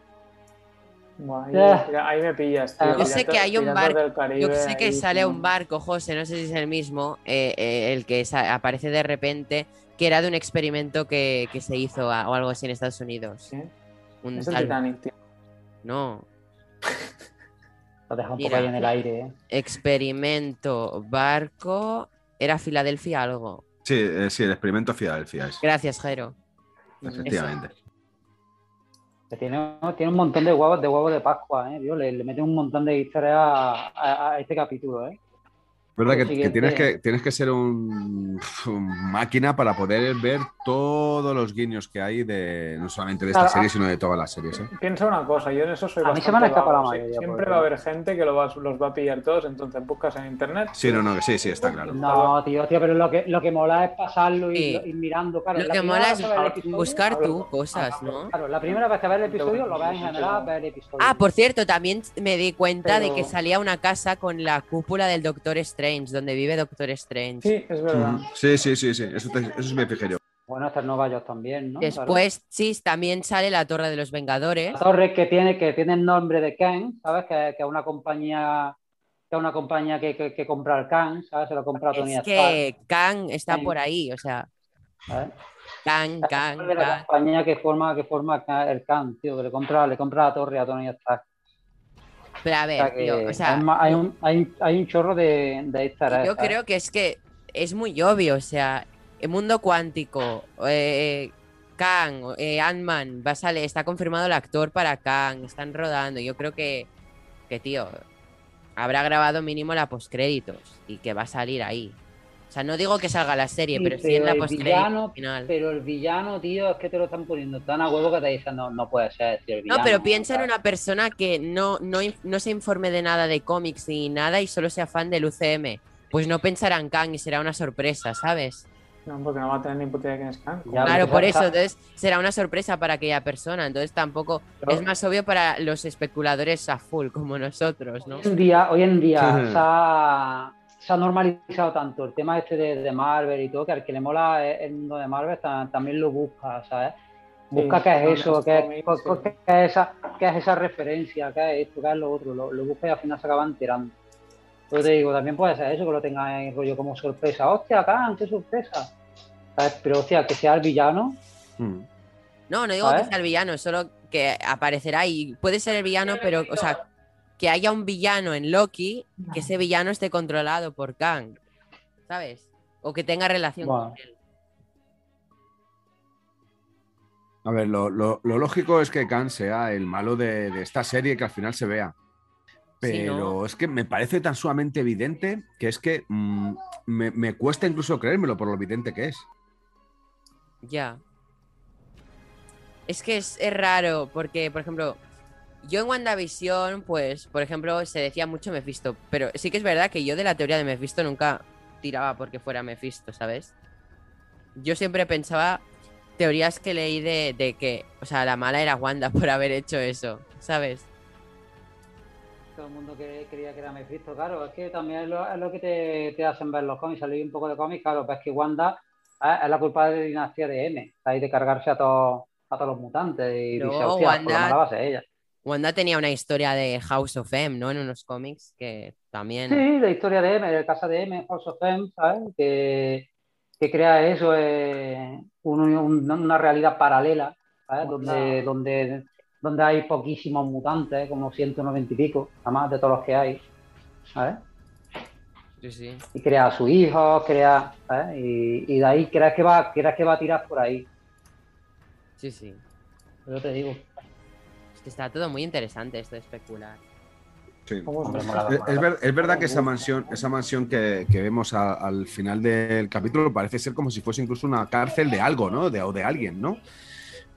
Buah, ahí, Ya. mira, ahí me pillas, tío. Yo sé Pirata- que hay un Piratas barco, del Caribe, Yo sé que ahí, sale sí. un barco, José, no sé si es el mismo, eh, eh, el que sa- aparece de repente, que era de un experimento que, que se hizo a- o algo así en Estados Unidos. Sí. Un Es el tal- Titanic, tío. no, Lo deja un Mira. poco ahí en el aire, ¿eh? experimento, barco, era Filadelfia algo. Sí, eh, sí, el experimento Filadelfia es. Gracias, Jairo. Efectivamente. Que Tiene, tiene un montón de huevos de huevos de Pascua, ¿eh? tío. Le, le mete un montón de historias a, a- a este capítulo, ¿eh? ¿Verdad que, Lo que tienes siguiente- que tienes que ser un, un máquina para poder ver todos los guiños que hay de no solamente de esta Claro, serie, a- sino de todas las series. ¿eh? Piensa una cosa, yo en eso soy A mí se me han bastante escapado vago, la sí. mayoría, por Siempre va a ejemplo. haber gente que lo va- los va a pillar todos, entonces buscas en internet. Sí, no, no, sí, sí, está claro. No, tío, tío, pero lo que, lo que mola es pasarlo y, Sí. y mirando, claro. Lo la que primera mola vez es que ves el episodio- buscar tú hablo- cosas, ¿no? Claro, la primera vez que ves el episodio lo ves en general, ves el episodio. Ah, por cierto, también me di cuenta de que Pero- salía una casa con la cúpula del Doctor Strange, donde vive Doctor Strange. Sí, es verdad. Sí, sí, sí, sí. Eso, te- eso sí me fijé yo. Bueno, está en Nueva York también, ¿no? Después, ¿eh? sí, también sale la Torre de los Vengadores. Claro. La torre que tiene, que tiene el nombre de Ken, ¿sabes? Que, que es una compañía que es una compañía que, que, que compra el Ken, ¿sabes? Se lo compra a Tony Es Stark. que Kang está Sí. por ahí, o sea, ¿sabes? Kang, Kang, de la Kang. compañía que forma, que forma el Khan, tío, que le compra, le compra la torre a Tony Stark. Pero a O sea ver, que Eh, tío, o sea, hay, ma- hay un, hay, un- hay un chorro de, de ¿eh? easter eggs, yo ¿sabes? creo que es que es muy obvio, o sea, el mundo cuántico, eh, Kang, eh, Ant-Man, va a salir, está confirmado el actor para Kang, están rodando, yo creo que, que tío, habrá grabado mínimo la postcréditos y que va a salir ahí. O sea, no digo que salga la serie, Sí, pero sí pero en la el postcrédito villano- final. Pero el villano, tío, es que te lo están poniendo tan a huevo que te dicen, no, no puede ser, tío, el No, villano. pero piensa en ¿sabes? una persona que no, no, in- no se informe de nada de cómics ni nada y solo sea fan del UCM. Pues no pensará en Kang y será una sorpresa, ¿sabes? No, porque no va a tener ni puta idea quién es Khan. Ya, Claro, pero- por eso, entonces será una sorpresa para aquella persona. Entonces tampoco Pero- es más obvio para los especuladores a full como nosotros, ¿no? Hoy en día, hoy en día se, ha, se ha normalizado tanto el tema este de, de Marvel y todo, que al que le mola el el mundo de Marvel ta- también lo busca, ¿sabes? Busca Sí, qué con es eso, los qué, cómics, co- sí. co- qué es esa, qué es esa referencia, qué es esto, qué es lo otro, lo, lo busca y al final se acaban tirando. Yo te digo, también puede ser eso, que lo tenga en rollo como sorpresa. Hostia, Khan, qué sorpresa. ¿Sabes? Pero hostia, que sea el villano, Mm. No, no digo ¿Sabes? que sea el villano, solo que aparecerá y puede ser el villano, pero, o sea, que haya un villano en Loki, que ese villano esté controlado por Kang, ¿sabes? O que tenga relación Buah. con él. A ver, lo, lo- lo lógico es que Khan sea el malo de, de esta serie que al final se vea. Sí, Pero ¿no? es que me parece tan sumamente evidente que es que mm, me, me cuesta incluso creérmelo por lo evidente que es. Ya. Es que es, es raro, porque, por ejemplo, yo en WandaVision, pues, por ejemplo, se decía mucho Mephisto, pero sí que es verdad que yo de la teoría de Mephisto nunca tiraba porque fuera Mephisto, ¿sabes? Yo siempre pensaba teorías que leí de, de que, o sea, la mala era Wanda por haber hecho eso, ¿sabes? todo el mundo que creía que era Mephisto, claro, es que también es lo, es lo que te, te hacen ver los cómics, salir un poco de cómics, claro, pues es que Wanda eh, es la culpa de la dinastía de M, ahí de cargarse a todos a todos los mutantes y Luego dice, hostia, por Wanda- la mala base ella. Wanda tenía una historia de House of M, ¿no? En unos cómics que también. Sí, la historia de M, el casa de M, House of M, ¿sabes? Que, que crea eso, eh, un- un- una realidad paralela, ¿sabes? Donde, donde, donde hay poquísimos mutantes, como 190 y pico, además de todos los que hay, ¿sabes? Sí, sí. Y crea a su hijo, crea, ¿sabes? Y, y de ahí creas que, va, creas que va a tirar por ahí, Sí, sí. yo te digo. Es que está todo muy interesante esto de especular. Sí. ¿Cómo es? Es, es ver- es verdad que esa mansión, esa mansión que, que vemos a- al final del capítulo parece ser como si fuese incluso una cárcel de algo, ¿no? De, o de alguien, ¿no?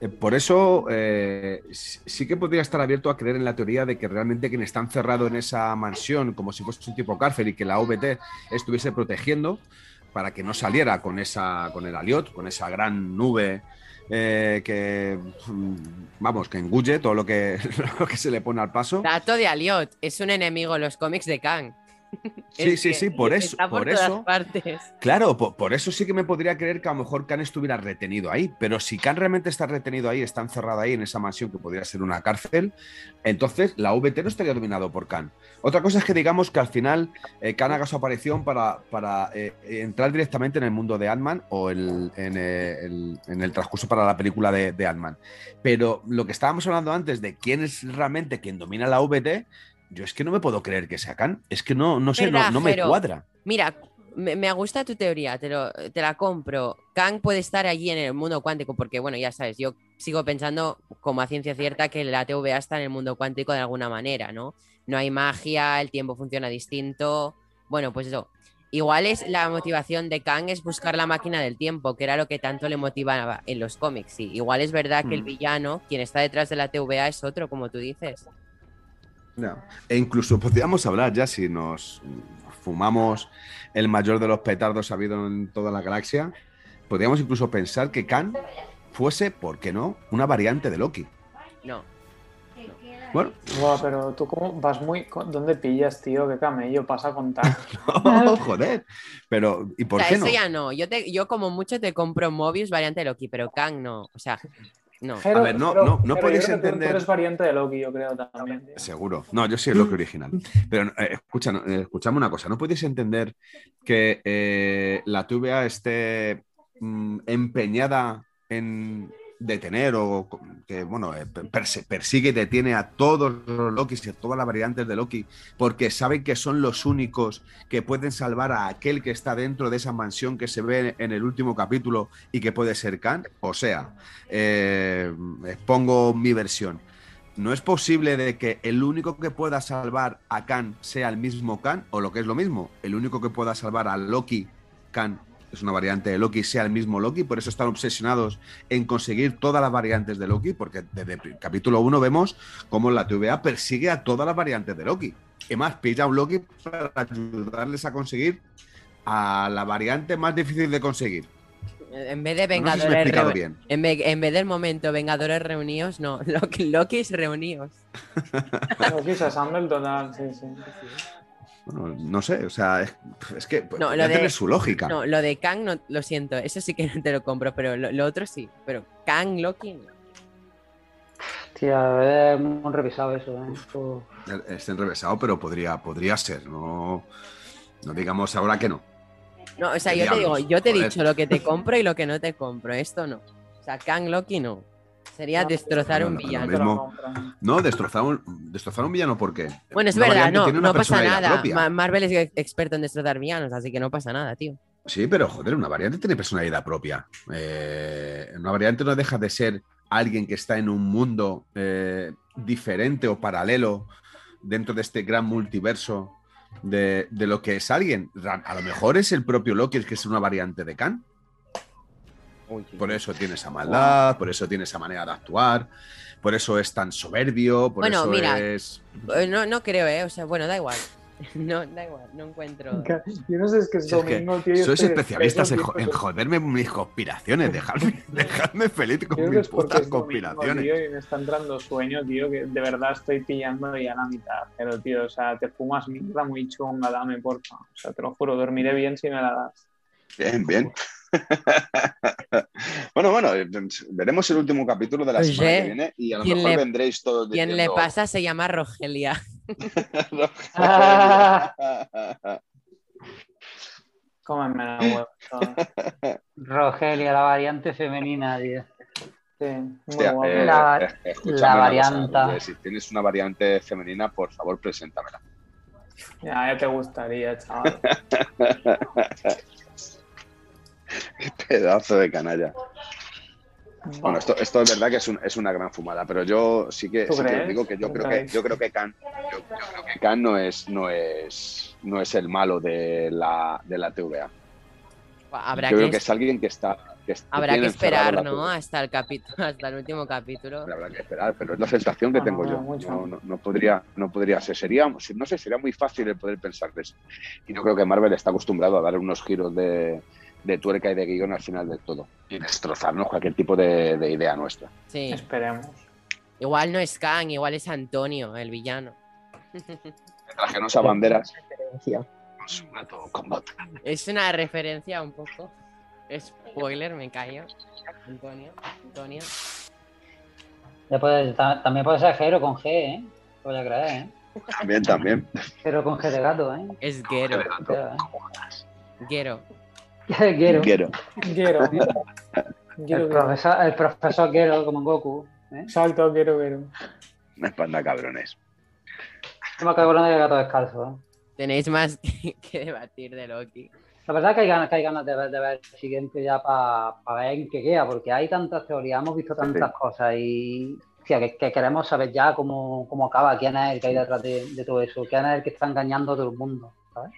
Eh, Por eso eh, sí sí que podría estar abierto a creer en la teoría de que realmente quien está encerrado en esa mansión, como si fuese un tipo cárcel y que la OBT estuviese protegiendo para que no saliera con esa, con el aliot, con esa gran nube eh, que, mm, vamos, que engulle todo lo que, lo que se le pone al paso. Trato de Aliot es un enemigo en los cómics de Kang. Sí, Es sí, que sí, por eso, Está por, por todas eso. partes. Claro, po- por, eso sí que me podría creer que a lo mejor Khan estuviera retenido ahí, pero si Khan realmente está retenido ahí, está encerrado ahí en esa mansión que podría ser una cárcel, entonces la VT no estaría dominado por Khan. Otra cosa es que digamos que al final eh, Khan haga su aparición para, para, eh, entrar directamente en el mundo de Ant-Man o el- en, eh, el, en el transcurso para la película de, de Ant-Man. Pero lo que estábamos hablando antes de quién es realmente quien domina la VT, yo es que no me puedo creer que sea Khan. Es que no, no sé, no, no me Verdajero. cuadra. Mira, me, me gusta tu teoría, te, lo- te la compro. Kang puede estar allí en el mundo cuántico, porque bueno, ya sabes, yo sigo pensando como a ciencia cierta que la TVA está en el mundo cuántico de alguna manera, ¿no? No hay magia, el tiempo funciona distinto. Bueno, pues eso. Igual es la motivación de Kang es buscar la máquina del tiempo, que era lo que tanto le motivaba en los cómics. Sí, igual es verdad que el Mm. villano, quien está detrás de la TVA, es otro, como tú dices. Ya. E incluso podríamos hablar ya si nos fumamos el mayor de los petardos habido en toda la galaxia. Podríamos incluso pensar que Khan fuese, ¿por qué no?, una variante de Loki. No. Bueno, Buah, pero tú cómo vas muy... co- ¿Dónde pillas, tío? ¿Qué camello pasa a contar? joder. Pero, ¿y por o sea, qué eso no? ya no. Yo, te, yo como mucho te compro Mobius variante de Loki, pero Kang no. O sea, no. Jero, ver, no- Jero, no- no Jero, yo podéis creo que tú- entender- Tú eres variante de Loki, yo creo también. tío. Seguro. No, yo soy el Loki original. Pero eh, escucha, no, eh, escuchame una cosa. ¿No podéis entender que eh, la TVA esté mm, empeñada en detener o co- que, bueno, eh, per- perse- persigue y detiene a todos los Lokis y a todas las variantes de Loki porque saben que son los únicos que pueden salvar a aquel que está dentro de esa mansión que se ve en el último capítulo y que puede ser Khan? O sea, eh, expongo mi versión. ¿No es posible de que el único que pueda salvar a Khan sea el mismo Khan? O lo que es lo mismo, el único que pueda salvar a Loki, Khan, es una variante de Loki, sea el mismo Loki. Por eso están obsesionados en conseguir todas las variantes de Loki, porque desde el capítulo 1 vemos cómo la TVA persigue a todas las variantes de Loki. Y más, pilla a un Loki para ayudarles a conseguir a la variante más difícil de conseguir. En vez de No sé si me he Vengadores explicado reuni- bien. en, ve- en vez del momento Vengadores reunidos, no. Loki, Lokis reunidos. Loki se asambla el total, sí, sí. Bueno, no sé, o sea, es, es que lo podría de- tener su lógica. No, lo de Kang, no, lo siento. Eso sí que no te lo compro, pero lo, lo otro sí. Pero Kang, Loki, no. Hostia, es muy revisado eso, ¿eh? Esto- Está enrevesado, pero podría, podría ser. No, no digamos ahora que no. No, o sea, ¿Qué yo te digo, diablos? yo te he Joder. dicho lo que te compro y lo que no te compro. Esto no. O sea, Kang, Loki, no. Sería No, destrozar no, un no, no, Yo villano. te mismo. lo compro. No, destrozar un, destrozar un villano, ¿por qué? Bueno, es Una verdad, variante no, tiene una no pasa personalidad nada. propia. Ma- Marvel es ex- experto en destrozar villanos, así que no pasa nada, tío. Sí, pero joder, una variante tiene personalidad propia. Eh, una variante no deja de ser alguien que está en un mundo eh, diferente o paralelo dentro de este gran multiverso de, de lo que es alguien. Ra- A lo mejor es el propio Loki el que es una variante de Khan. Por eso tiene esa maldad, por eso tiene esa manera de actuar, por eso es tan soberbio, por Bueno, eso mira, es. Eh, No, no creo, ¿eh? O sea, bueno, da igual. No, da igual, no encuentro. Yo no sé, es que es Si es que domingo, tío. yo Sois estoy especialistas en, despierto, jo- en joderme mis conspiraciones. Dejadme, dejadme feliz Yo con creo que mis es porque putas es domingo, conspiraciones. tío, y me está entrando sueño, tío, que de verdad estoy pillando ya la mitad. Pero, tío, o sea, te fumas mierda muy chunga, dame, porfa. O sea, te lo juro, dormiré bien si me la das. Bien, bien. bueno, bueno, eh, veremos el último capítulo de la Oye, semana que viene y a lo ¿quién mejor le- vendréis todos Quien le diciendo, pasa se llama Rogelia. Cómeme la huevo. todo. Rogelia, la variante femenina, tío. Sí, muy Hostia, guapo. eh, La- eh, escúchame la una varianta. cosa, eh, si tienes una variante femenina, por favor, preséntamela. Ya, ya te gustaría, chaval. Pedazo de canalla. Bueno, esto, esto es verdad que es, un- es una gran fumada, pero yo sí que, ¿Tú sí que os crees? digo que yo ¿Tú creo que crees? yo creo que Khan, yo, yo creo que Khan no es no es no es el malo de la, de la TVA. Habrá yo creo que, que es alguien que está que es- habrá que tiene encerrado esperar, la ¿no? TVA. Hasta el capítulo, hasta el último capítulo. Habrá que esperar, pero es la sensación que Ah, tengo yo. mucho. No, no- no podría no podría ser sería no sé sería muy fácil el poder pensar de eso. Y yo creo que Marvel está acostumbrado a dar unos giros de de tuerca y de guión al final de todo y destrozarnos cualquier tipo de- de idea nuestra. Sí. Esperemos. Igual no es Kang, igual es Antonio, el villano. trajeron a banderas Referencia. con su gato con bota. Es una referencia un poco. Spoiler, me callo. Antonio, Antonio. Ya puede- ta- también puede ser Jero con G, ¿eh? Voy a creer, ¿eh? También, también. Jero con G de gato, ¿eh? Es Gero. Quiero, Gero. ¿eh? Quiero. Quiero. Quiero. El Quiero, quiero. profesor, el profesor Quiero, como en Goku. ¿eh? Salto, quiero, quiero. Una espalda cabrones. No me cago en el gato descalzo, ¿eh? Tenéis más que, que debatir de Loki. La verdad que hay ganas, que hay ganas de, ver, de ver el siguiente ya para ver en qué queda, porque hay tantas teorías, hemos visto tantas cosas y hostia, que, que queremos saber ya cómo, cómo acaba, quién es el que hay detrás de, de todo eso, quién es el que está engañando a todo el mundo. ¿sabes?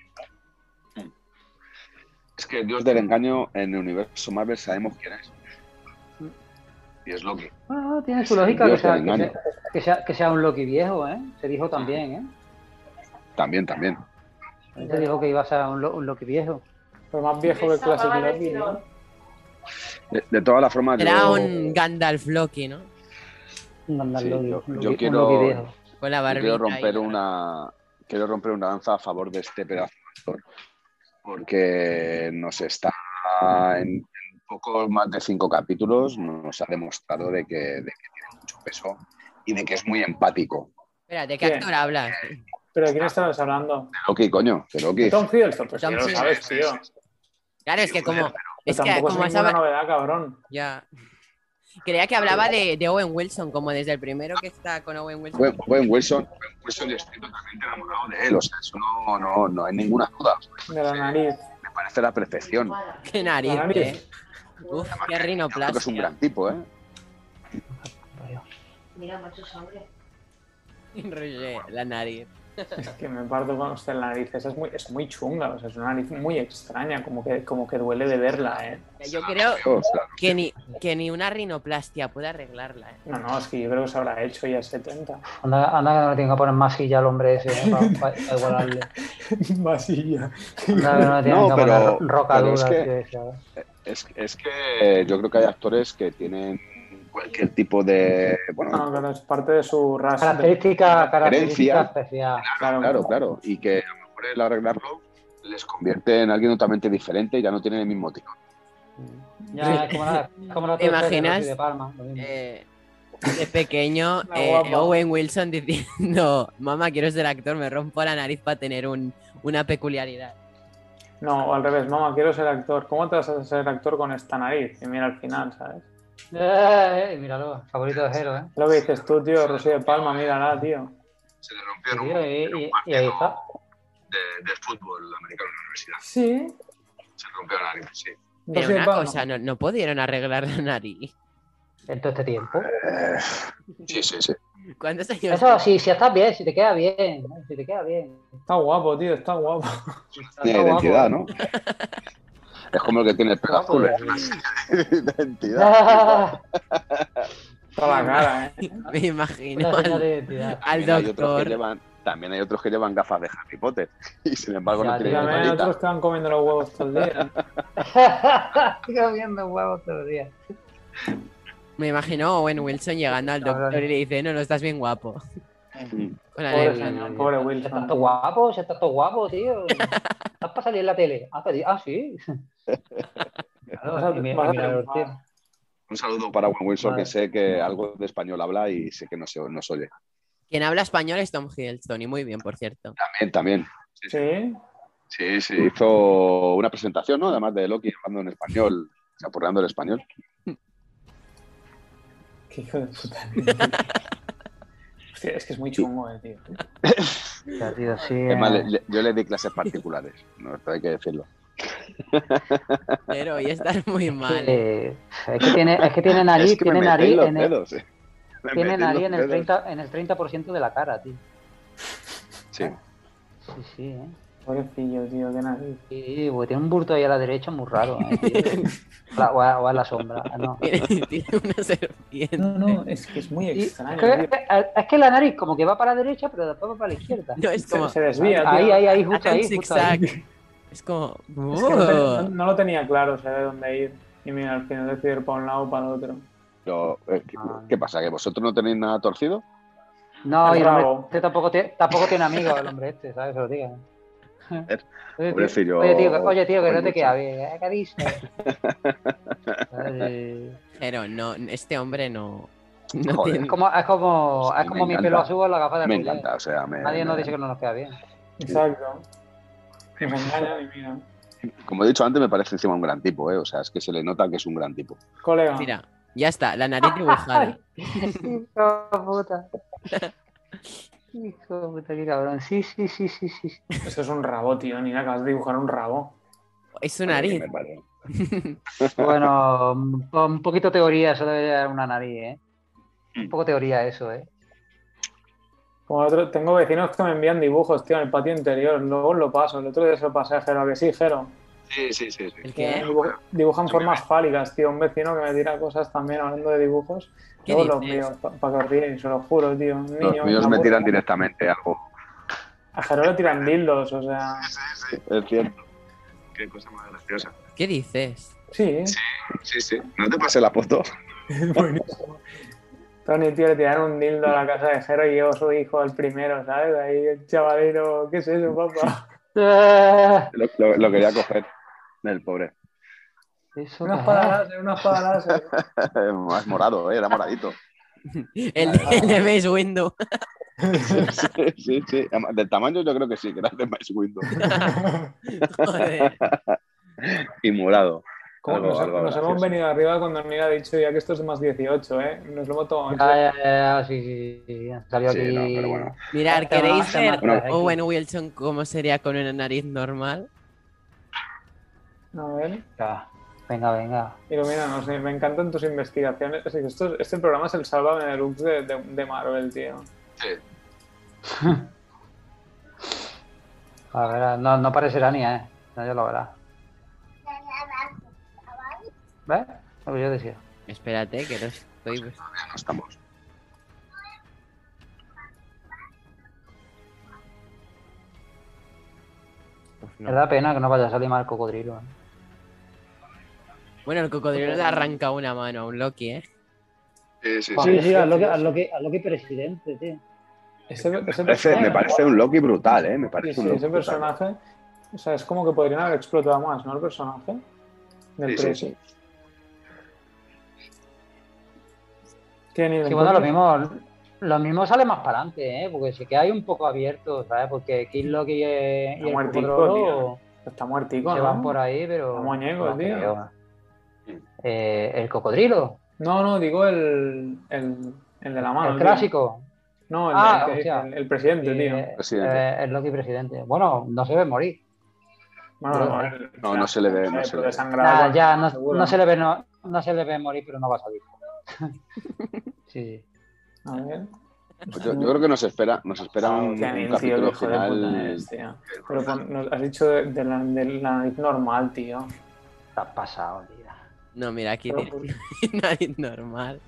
Es que el dios del engaño en el universo Marvel sabemos quién es. Y es Loki. Bueno, tiene su lógica que Dios sea, del que, engaño. sea, que sea- que sea un Loki viejo, ¿eh? Se dijo también, ¿eh? También, también. Se dijo que iba a ser un, Lo- un Loki viejo. Pero más viejo que el Classic Loki, ¿no? De, de todas las formas, Era yo, un Gandalf Loki, ¿no? Un andar Sí, Loki- yo- yo un Loki- un quiero- Loki viejo. Con la yo barbita. quiero y romper la- una quiero romper una danza a favor de este pedazo de actor. Porque nos está en, en poco más de cinco capítulos nos ha demostrado de que, de que tiene mucho peso y de que es muy empático. Espera, ¿de qué ¿Qué? actor hablas? ¿Pero de quién estabas hablando? Loki, coño, de Loki. ¿De Tom Hiddleston? Pues Tom ya lo Hiddleston. sabes, tío. Claro, es que como. Es Es que tampoco como has es ninguna habla- novedad, cabrón. Ya. Creía que hablaba de, de Owen Wilson, como desde el primero que está con Owen Wilson. Gwen, Gwen Wilson, Gwen Wilson yo estoy totalmente enamorado de él, o sea, eso no, no, no hay ninguna duda, De la nariz. me parece la perfección. Qué nariz, La nariz. eh. Uf, qué Creo que es un rinoplastia. gran tipo, ¿eh? Mira, macho, sangre. Roger, la nariz. Es que me parto con usted la nariz. Esa es muy, es muy chunga, o sea, es una nariz muy extraña, como que, como que duele de verla, ¿eh? Yo creo O sea, que ni, que ni una rinoplastia puede arreglarla, eh. No, no, es que yo creo que se habrá hecho ya 70. Anda, anda que no le tengo que poner más silla al hombre ese, ¿eh? para igualarle. Vasilla. Anda que no le No, tengo que pero- poner roca pero es dura, que- tío, ese, ¿eh? es, es que eh, yo creo que hay actores que tienen cualquier tipo de... Bueno, No, claro, es parte de su raza. Característica, característica Herencia. especial. Claro, claro, claro, y que a lo mejor el arreglarlo les convierte en alguien totalmente diferente y ya no tienen el mismo tipo. Ya, es como la, como la ¿Te torta de imaginas? Rosy de Palma, lo mismo. Eh, de pequeño, La eh, guapa. Owen Wilson diciendo, mamá, quiero ser actor, me rompo la nariz para tener un, una peculiaridad. No, o al revés, mamá, quiero ser actor. ¿Cómo te vas a ser actor con esta nariz? Y mira al final, ¿sabes? Eh, eh, míralo, favorito de Jero, ¿eh? Lo que dices tú, tío, Rocío de Palma, mírala, tío. Se le Sí, eh, rompieron tío, y, y- y ahí está. de, de fútbol americano en la universidad. Sí. Se le rompió la nariz, sí. Pero una cosa, no, no pudieron arreglar la nariz. En todo este tiempo. Eh, sí, sí, sí. ¿Cuántos años? Eso, si, si estás bien, si te queda bien, ¿no? si te queda bien. Está guapo, tío, está guapo. Ni Está guapo, identidad, ¿eh? ¿no? Es como el que tiene el pelo Guapo, azul, ¿eh? es una señal de identidad. Ah, Toda la cara, ¿eh? Me imagino Una señal al, de identidad. al Mira, hay otros que doctor. llevan, También hay otros que llevan gafas de Harry Potter y sin embargo Ya, no Y tienen también hay gorrita. otros que van comiendo los huevos todo el día. Sigo viendo huevos todo el día. Me imagino a Owen Wilson llegando al Cabrón. doctor y le dice, no, no estás bien guapo. Mm. Con la Pobre, ley. señor, pobre Si estás Wilson. todo guapo, si estás todo guapo, tío. Estás para salir en la tele. Ah, pero- ah, sí. Claro, Vas a- y mi- vas a mi mirador, triunfar. tío. Un saludo para Juan Wilson, Vale. que sé que algo de español habla y sé que no se nos oye. Quien habla español es Tom Hiddleston y muy bien, por cierto. También, también. Sí, Sí, sí, hizo una presentación, ¿no? Además de Loki hablando en español, o sea, porreando el español. qué hijo de puta. Hostia, es que es muy chungo, eh, tío. Ya, tío, sí, eh. Además, le- le- yo le di clases particulares, no, esto hay que decirlo. Pero hoy estás muy mal. Eh, es que tiene, es que tiene nariz, Es que me tiene metí nariz, en los en el, dedos. eh. Me metí tiene en nariz los en el dedos. 30, en el 30% de la cara, tío. Sí, Sí, sí, eh. Pobrecillo, tío, qué nariz. Sí, porque tiene un burto ahí a la derecha muy raro, eh, tío. O a- o, a, o a la sombra. ah, No. Tiene tiene una serpiente. No, no, es que es muy Y- extraño. creo- tío. es, es que la nariz como que va para la derecha, pero después va para la izquierda. No, es como... Se, se desvía, tío. Ahí, ahí, ahí, justo Hace un ahí, justo ahí. zigzag. Es como... Es que no, te- "Oh". no- no lo tenía claro, o sea, de dónde ir. Y mira, al final decidir para un lado o para el otro. pero, eh, ¿qué, qué pasa? ¿Que vosotros no tenéis nada torcido? No, y el Bravo. hombre este tampoco, tiene, tampoco tiene amigos, el hombre este, ¿sabes? Se lo digan. Eh, Oye, tío, pobrecillo, oye, tío, que- oye, tío, que no Juan te Wilson. queda bien. ¿eh? ¿Qué dices? Ay, Pero no, este hombre no... no Joder. tiene- Es como, es como, Sí, es como me mi pelo encanta. azul en la gafa de Me Rubén. encanta, o sea, me, Nadie nos me- dice que no nos queda bien. Exacto. Y me engañan y mira. como he dicho antes, me parece encima un gran tipo, ¿eh? O sea, es que se le nota que es un gran tipo. Colega. Mira, ya está, la nariz dibujada. Hijo de puta. Hijo de puta, qué cabrón. Sí, sí, sí, sí, sí. sí. Eso es un rabo, tío. Ni acabas de dibujar un rabo. Es su nariz. Me parece. Bueno, un po- un poquito teoría eso de una nariz, ¿eh? Mm. Un poco teoría eso, ¿eh? Como el otro- tengo vecinos que me envían dibujos, tío, en el patio interior. Luego lo paso. El otro día se lo pasé a Jero, ¿a que sí, Jero. Sí, sí, sí. sí. ¿El Que qué? dibu- dibujan formas fálicas, tío. Un vecino que me tira cosas también hablando de dibujos. ¿Qué Luego los dices? míos, para que os ríen, se lo juro, tío. Un Los niño, míos una me puta. tiran directamente algo. A Jero le tiran dildos, o sea. Sí, es cierto. Qué cosa más graciosa. ¿Qué dices? Sí, Sí, sí. No te pasé la foto. buenísimo. Tony, tío, le tiraron un dildo a la casa de Jero y llegó su hijo el primero, ¿sabes? Ahí el chavalero, ¿qué es eso, papá? Ah, Lo, lo- lo quería coger. El pobre. Eso Una qué espada es. láser, una espada láser. Más morado, ¿eh? Era moradito. El, el de Mace Window. Sí, sí, sí. Además, Del tamaño yo creo que sí, que era de Mace Windu. Joder. Y morado. ¿Cómo Algo- nos, algo nos hemos gracioso. venido arriba cuando Neil ha dicho ya que esto es más 18, ¿eh? Nos lo hemos tomado en serio. Ya, ya, ya, sí, sí, sí. Han salido Sí, aquí. no, pero bueno. Mirar, Hasta- ¿queréis hasta ver más por aquí. Owen Wilson cómo sería con una nariz normal? A ver, Ya. Venga, venga. ilumínanos, Neil, me encantan tus investigaciones. Es que esto- este programa es el Sálvame Deluxe de, de, de Marvel, tío. A ver, no, no parecerá ni, ¿eh? No, ya lo verá. ¿Ves? Lo que yo decía. Espérate, que no estoy. Ya no estamos. Uf, Me no. da pena que no vaya a salir mal el cocodrilo. ¿eh? Bueno, el cocodrilo le arranca una mano a un Loki, ¿eh? Sí, sí, sí, a hazlo que- lo que, presidente, tío. Ese, Me ese parece, "Eh, me personaje- parece un Loki brutal, ¿eh? Me Sí, parece sí, un Loki ese brutal. personaje. O sea, es como que podrían haber explotado más, ¿no? El personaje. Del Sí, sí, Presi. sí. Qué nivel, Sí, bueno, lo ¿no? mismo, lo mismo sale más para adelante, ¿eh? Porque se queda ahí un poco abierto, ¿sabes? Porque Kid Loki y, eh, y Está el muertico, Cocodrilo Está muertico, se ¿no? van por ahí, pero... Está muñeco, no tío. creo. Eh, el Cocodrilo, No, no, digo el, el, el de la Ah, mano. el tío. clásico, No, el, Ah, el- hostia. el- el presidente, tío. eh, Presidente. eh, el Loki presidente. Bueno, no se ve morir. Bueno, pero- no, el- No, no se le ve, no eh, se le pero ve. sangrado, Nah, bueno, ya, no, seguro. no se le ve, no, no se le ve morir, pero no va a salir. sí, sí. A ver. Pues yo, yo creo que nos espera, nos espera un, Qué un bien, tío, capítulo hijo de puta final. eres, tío. Pero con- nos has dicho de, de la, de la nariz normal, tío. Está pasado, tío. No, mira, aquí Pero, tiene pues, una nariz normal.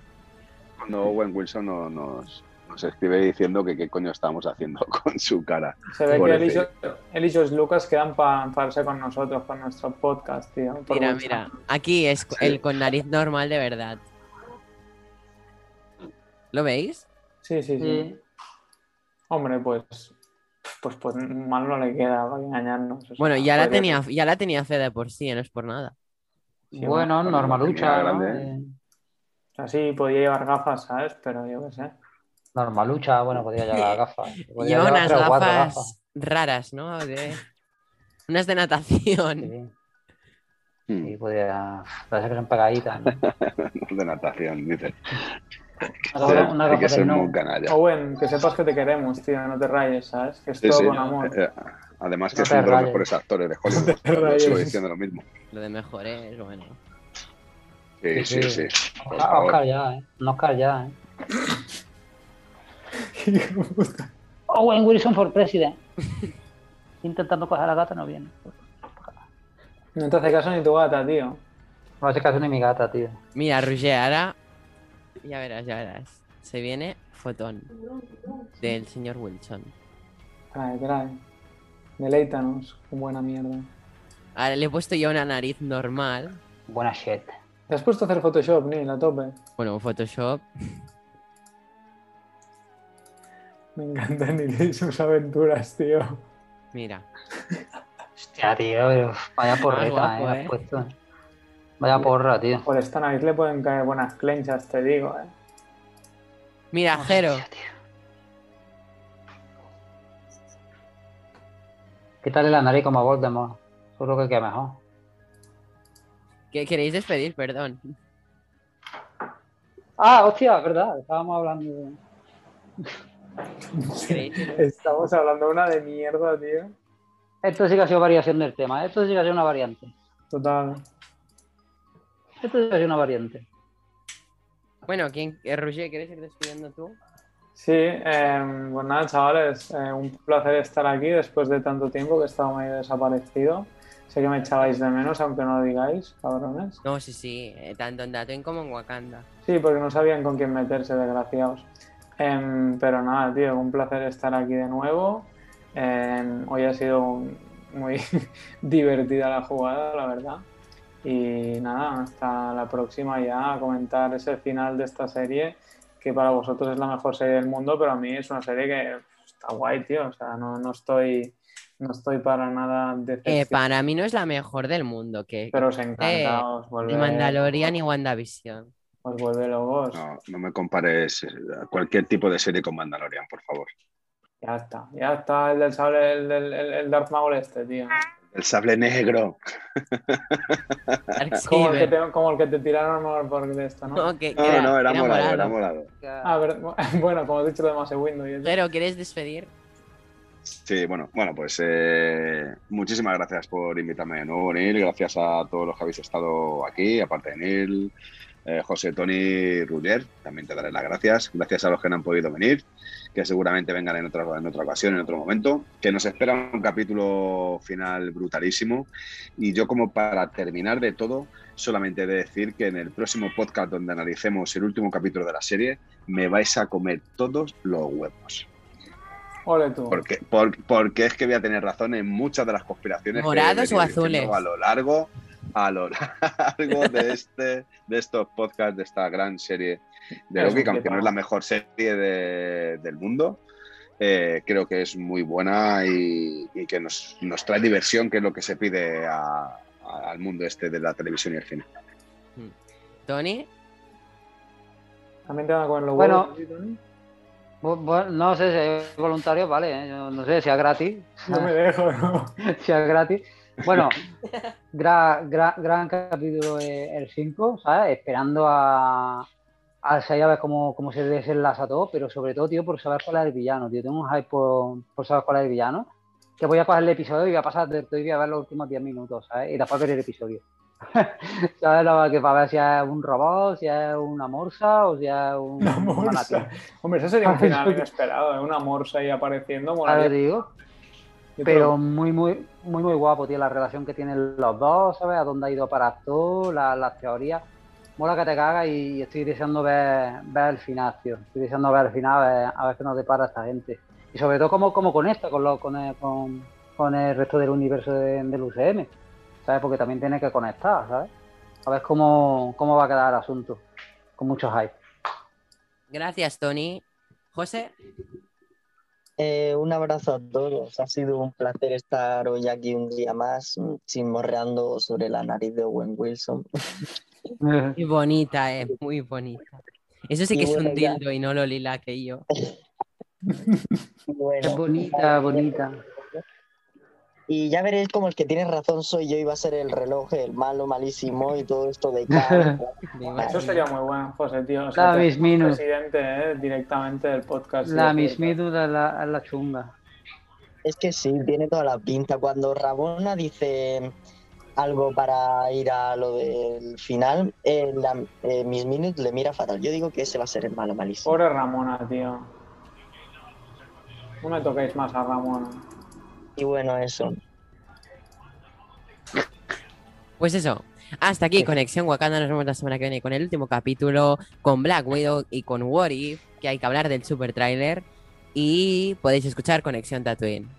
Cuando Owen Wilson no- nos, nos escribe diciendo que qué coño estamos haciendo con su cara. pues, Se ve Por que ese- Elisos, Elisos Lucas quedan para farse con nosotros, con nuestro podcast, tío. por Mira, WhatsApp. mira, aquí es co- el con nariz normal de verdad. ¿Lo veis? Sí, sí, sí. Sí. Hombre, pues, pues, pues mal no le queda para engañarnos. o sea, Bueno, ya la podría- tenía, ya la tenía fe de por sí, ¿eh? no es por nada. Sí, bueno, bueno, normalucha, tenía ¿no? grande. Eh, O sea, sí, podía llevar gafas, ¿sabes? Pero yo qué sé. Normalucha, bueno, podía llevar gafas. Podía Lleva llevar unas tres o cuatro gafas raras, ¿no? De- Unas de natación. Sí, Hmm, sí, podía. Parece que son pegaditas. ¿no? De natación, dice. Unas gafas- unas hay que gafas ser del muy no. canalla. Owen, que sepas que te queremos, tío, no te rayes, ¿sabes? Que es Sí, todo sí. con amor. Eh, eh, Además que No es te uno de los rayes. mejores actores de Hollywood. te Yo sigo rayes. diciendo lo mismo. Lo de mejores, bueno. Sí, Sí, sí, sí. sí. Por Oscar, favor. Oscar ya, ¿eh? Un Oscar ya, ¿eh? Hijo de puta. Owen Wilson for president. Intentando coger a la gata, no viene. no te hace caso ni tu gata, tío. No hace este caso ni mi gata, tío. Mira, Roger, ahora. Ya verás, ya verás. Se viene fotón del señor Wilson. Trae, trae. Deleítanos, buena mierda. Ahora le he puesto yo una nariz normal. Buena shit. ¿Te has puesto a hacer Photoshop, Neil, a tope? Bueno, un Photoshop. Me encanta Neil y sus aventuras, tío. Mira. Hostia, tío, pero vaya porreta, guapo, eh, me has eh. puesto. Vaya porra, tío. Por esta nariz le pueden caer buenas clenchas, te digo, eh. Oh, Mira, Jero. Hostia, tío. Quítale la nariz como a Voldemort. Seguro que queda mejor. ¿Qué queréis despedir? Perdón. Ah, hostia, es verdad. Estábamos hablando de... ¿Queréis- Estamos hablando una de mierda, tío. Esto sí que ha sido variación del tema. ¿eh? Esto sí que ha sido una variante. Total. Esto sí que ha sido una variante. Bueno, ¿quién, eh, Roger, ¿quieres ir despidiendo tú? Sí, eh, pues nada, chavales, eh, un placer estar aquí después de tanto tiempo que he estado medio desaparecido. Sé que me echabais de menos, aunque no lo digáis, cabrones. No, sí, sí, eh, tanto en Datoin como en Wakanda. Sí, porque no sabían con quién meterse, desgraciados. Em, pero nada, tío, un placer estar aquí de nuevo. Em, hoy ha sido un- muy divertida la jugada, la verdad. Y nada, hasta la próxima ya a comentar ese final de esta serie, que para vosotros es la mejor serie del mundo, pero a mí es una serie que pff, está guay, tío. O sea, no, no estoy, no estoy para nada Eh, decepcionado, para mí no es la mejor del mundo, que pero os encanta, eh, os ni vuelve, Mandalorian ni WandaVision. os vuelve locos. No, no me compares eh, cualquier tipo de serie con Mandalorian, por favor. Ya está, ya está el del sable, el, del el, el Darth Maul este, tío. Ah. El sable negro. Dark Como el, que Saber. te, como el que te tiraron por, por de esto, ¿no? No, que- que No, era- no, era, era morado, morado. era morado. Ah, ver- bueno, como he dicho lo demás, Windows. y eso. Jero, ¿quieres despedir? Sí, bueno, bueno, pues eh, muchísimas gracias por invitarme de nuevo, Neil. Gracias a todos los que habéis estado aquí, aparte de Neil, eh, José, Tony, Ruller, también te daré las gracias. Gracias a los que no han podido venir, que seguramente vengan en otra, en otra ocasión, en otro momento. Que nos espera un capítulo final brutalísimo. Y yo, como para terminar de todo, solamente he de decir que en el próximo podcast donde analicemos el último capítulo de la serie, me vais a comer todos los huevos. Ole tú. Porque, por- porque es que voy a tener razón en muchas de las conspiraciones. que ¿Morados he o venido diciendo azules? A lo largo, a lo largo de este, de estos podcasts, de esta gran serie de Es Loki, un que aunque no flipado. es la mejor serie de- del mundo, eh, creo que es muy buena y, y que nos, nos trae diversión, que es lo que se pide a- a- al mundo este de la televisión y el cine. Tony, También te van a comer los Bueno. huevos, ¿sí, Tony? Bu- Bueno, no sé si es voluntario, vale, eh, yo no sé si es gratis, No me dejo, ¿no? si es gratis. Bueno, gra- gra- gran capítulo eh, el 5, ¿sabes? Esperando a, al 6 a ver cómo, cómo se desenlaza todo, pero sobre todo, tío, por saber cuál es el villano, tío. Tengo un hype por, por saber cuál es el villano, que voy a coger el episodio y voy a pasar de todo y voy a ver los últimos 10 minutos, ¿sabes? Y después ver el episodio. ¿Sabes? Lo que para ver si es un robot, si es una morsa o si es un... Una un morsa. manatí. Hombre, eso sería un final inesperado, ¿eh? Una morsa ahí apareciendo. Claro, molaría. te digo. Yo te Pero lo- muy, muy, muy, muy guapo, tío, la relación que tienen los dos, ¿sabes? A dónde ha ido para todo, la- las teorías. Mola que te cagas y estoy deseando ver, ver el final, tío. Estoy deseando ver el final, a ver, a ver qué nos depara esta gente. Y sobre todo cómo, cómo conecta con, lo, con, el, con, con el resto del universo de- del UCM. ¿Sabes? Porque también tiene que conectar, ¿sabes? A ver cómo, cómo va a quedar el asunto. Con mucho hype. Gracias, Tony. José, Eh, un abrazo a todos. Ha sido un placer estar hoy aquí un día más, mm, chismorreando sobre la nariz de Owen Wilson. muy bonita, eh, muy bonita. Eso sí Y que es bueno, un ya. dildo y no lo lila que yo. Bueno, Es bonita, bonita. Y ya veréis como el que tiene razón soy yo, iba a ser el reloj, el malo, malísimo y todo esto de cara. Eso sería muy bueno, José, tío. O La te- Miss Minu. Presidente, eh, directamente del podcast. La tío, Miss que- Midu es la, es la chunga. Es que sí, tiene toda la pinta. Cuando Rabona dice algo para ir a lo del final, eh, la- eh, Miss Minutes le mira fatal. Yo digo que ese va a ser el malo, malísimo. Pobre Ramona, tío. No me toquéis más a Ramona. Y bueno, eso. Pues eso. Hasta aquí, Conexión Wakanda. Nos vemos la semana que viene con el último capítulo, con Black Widow y con What If, que hay que hablar del super tráiler. Y podéis escuchar Conexión Tatooine.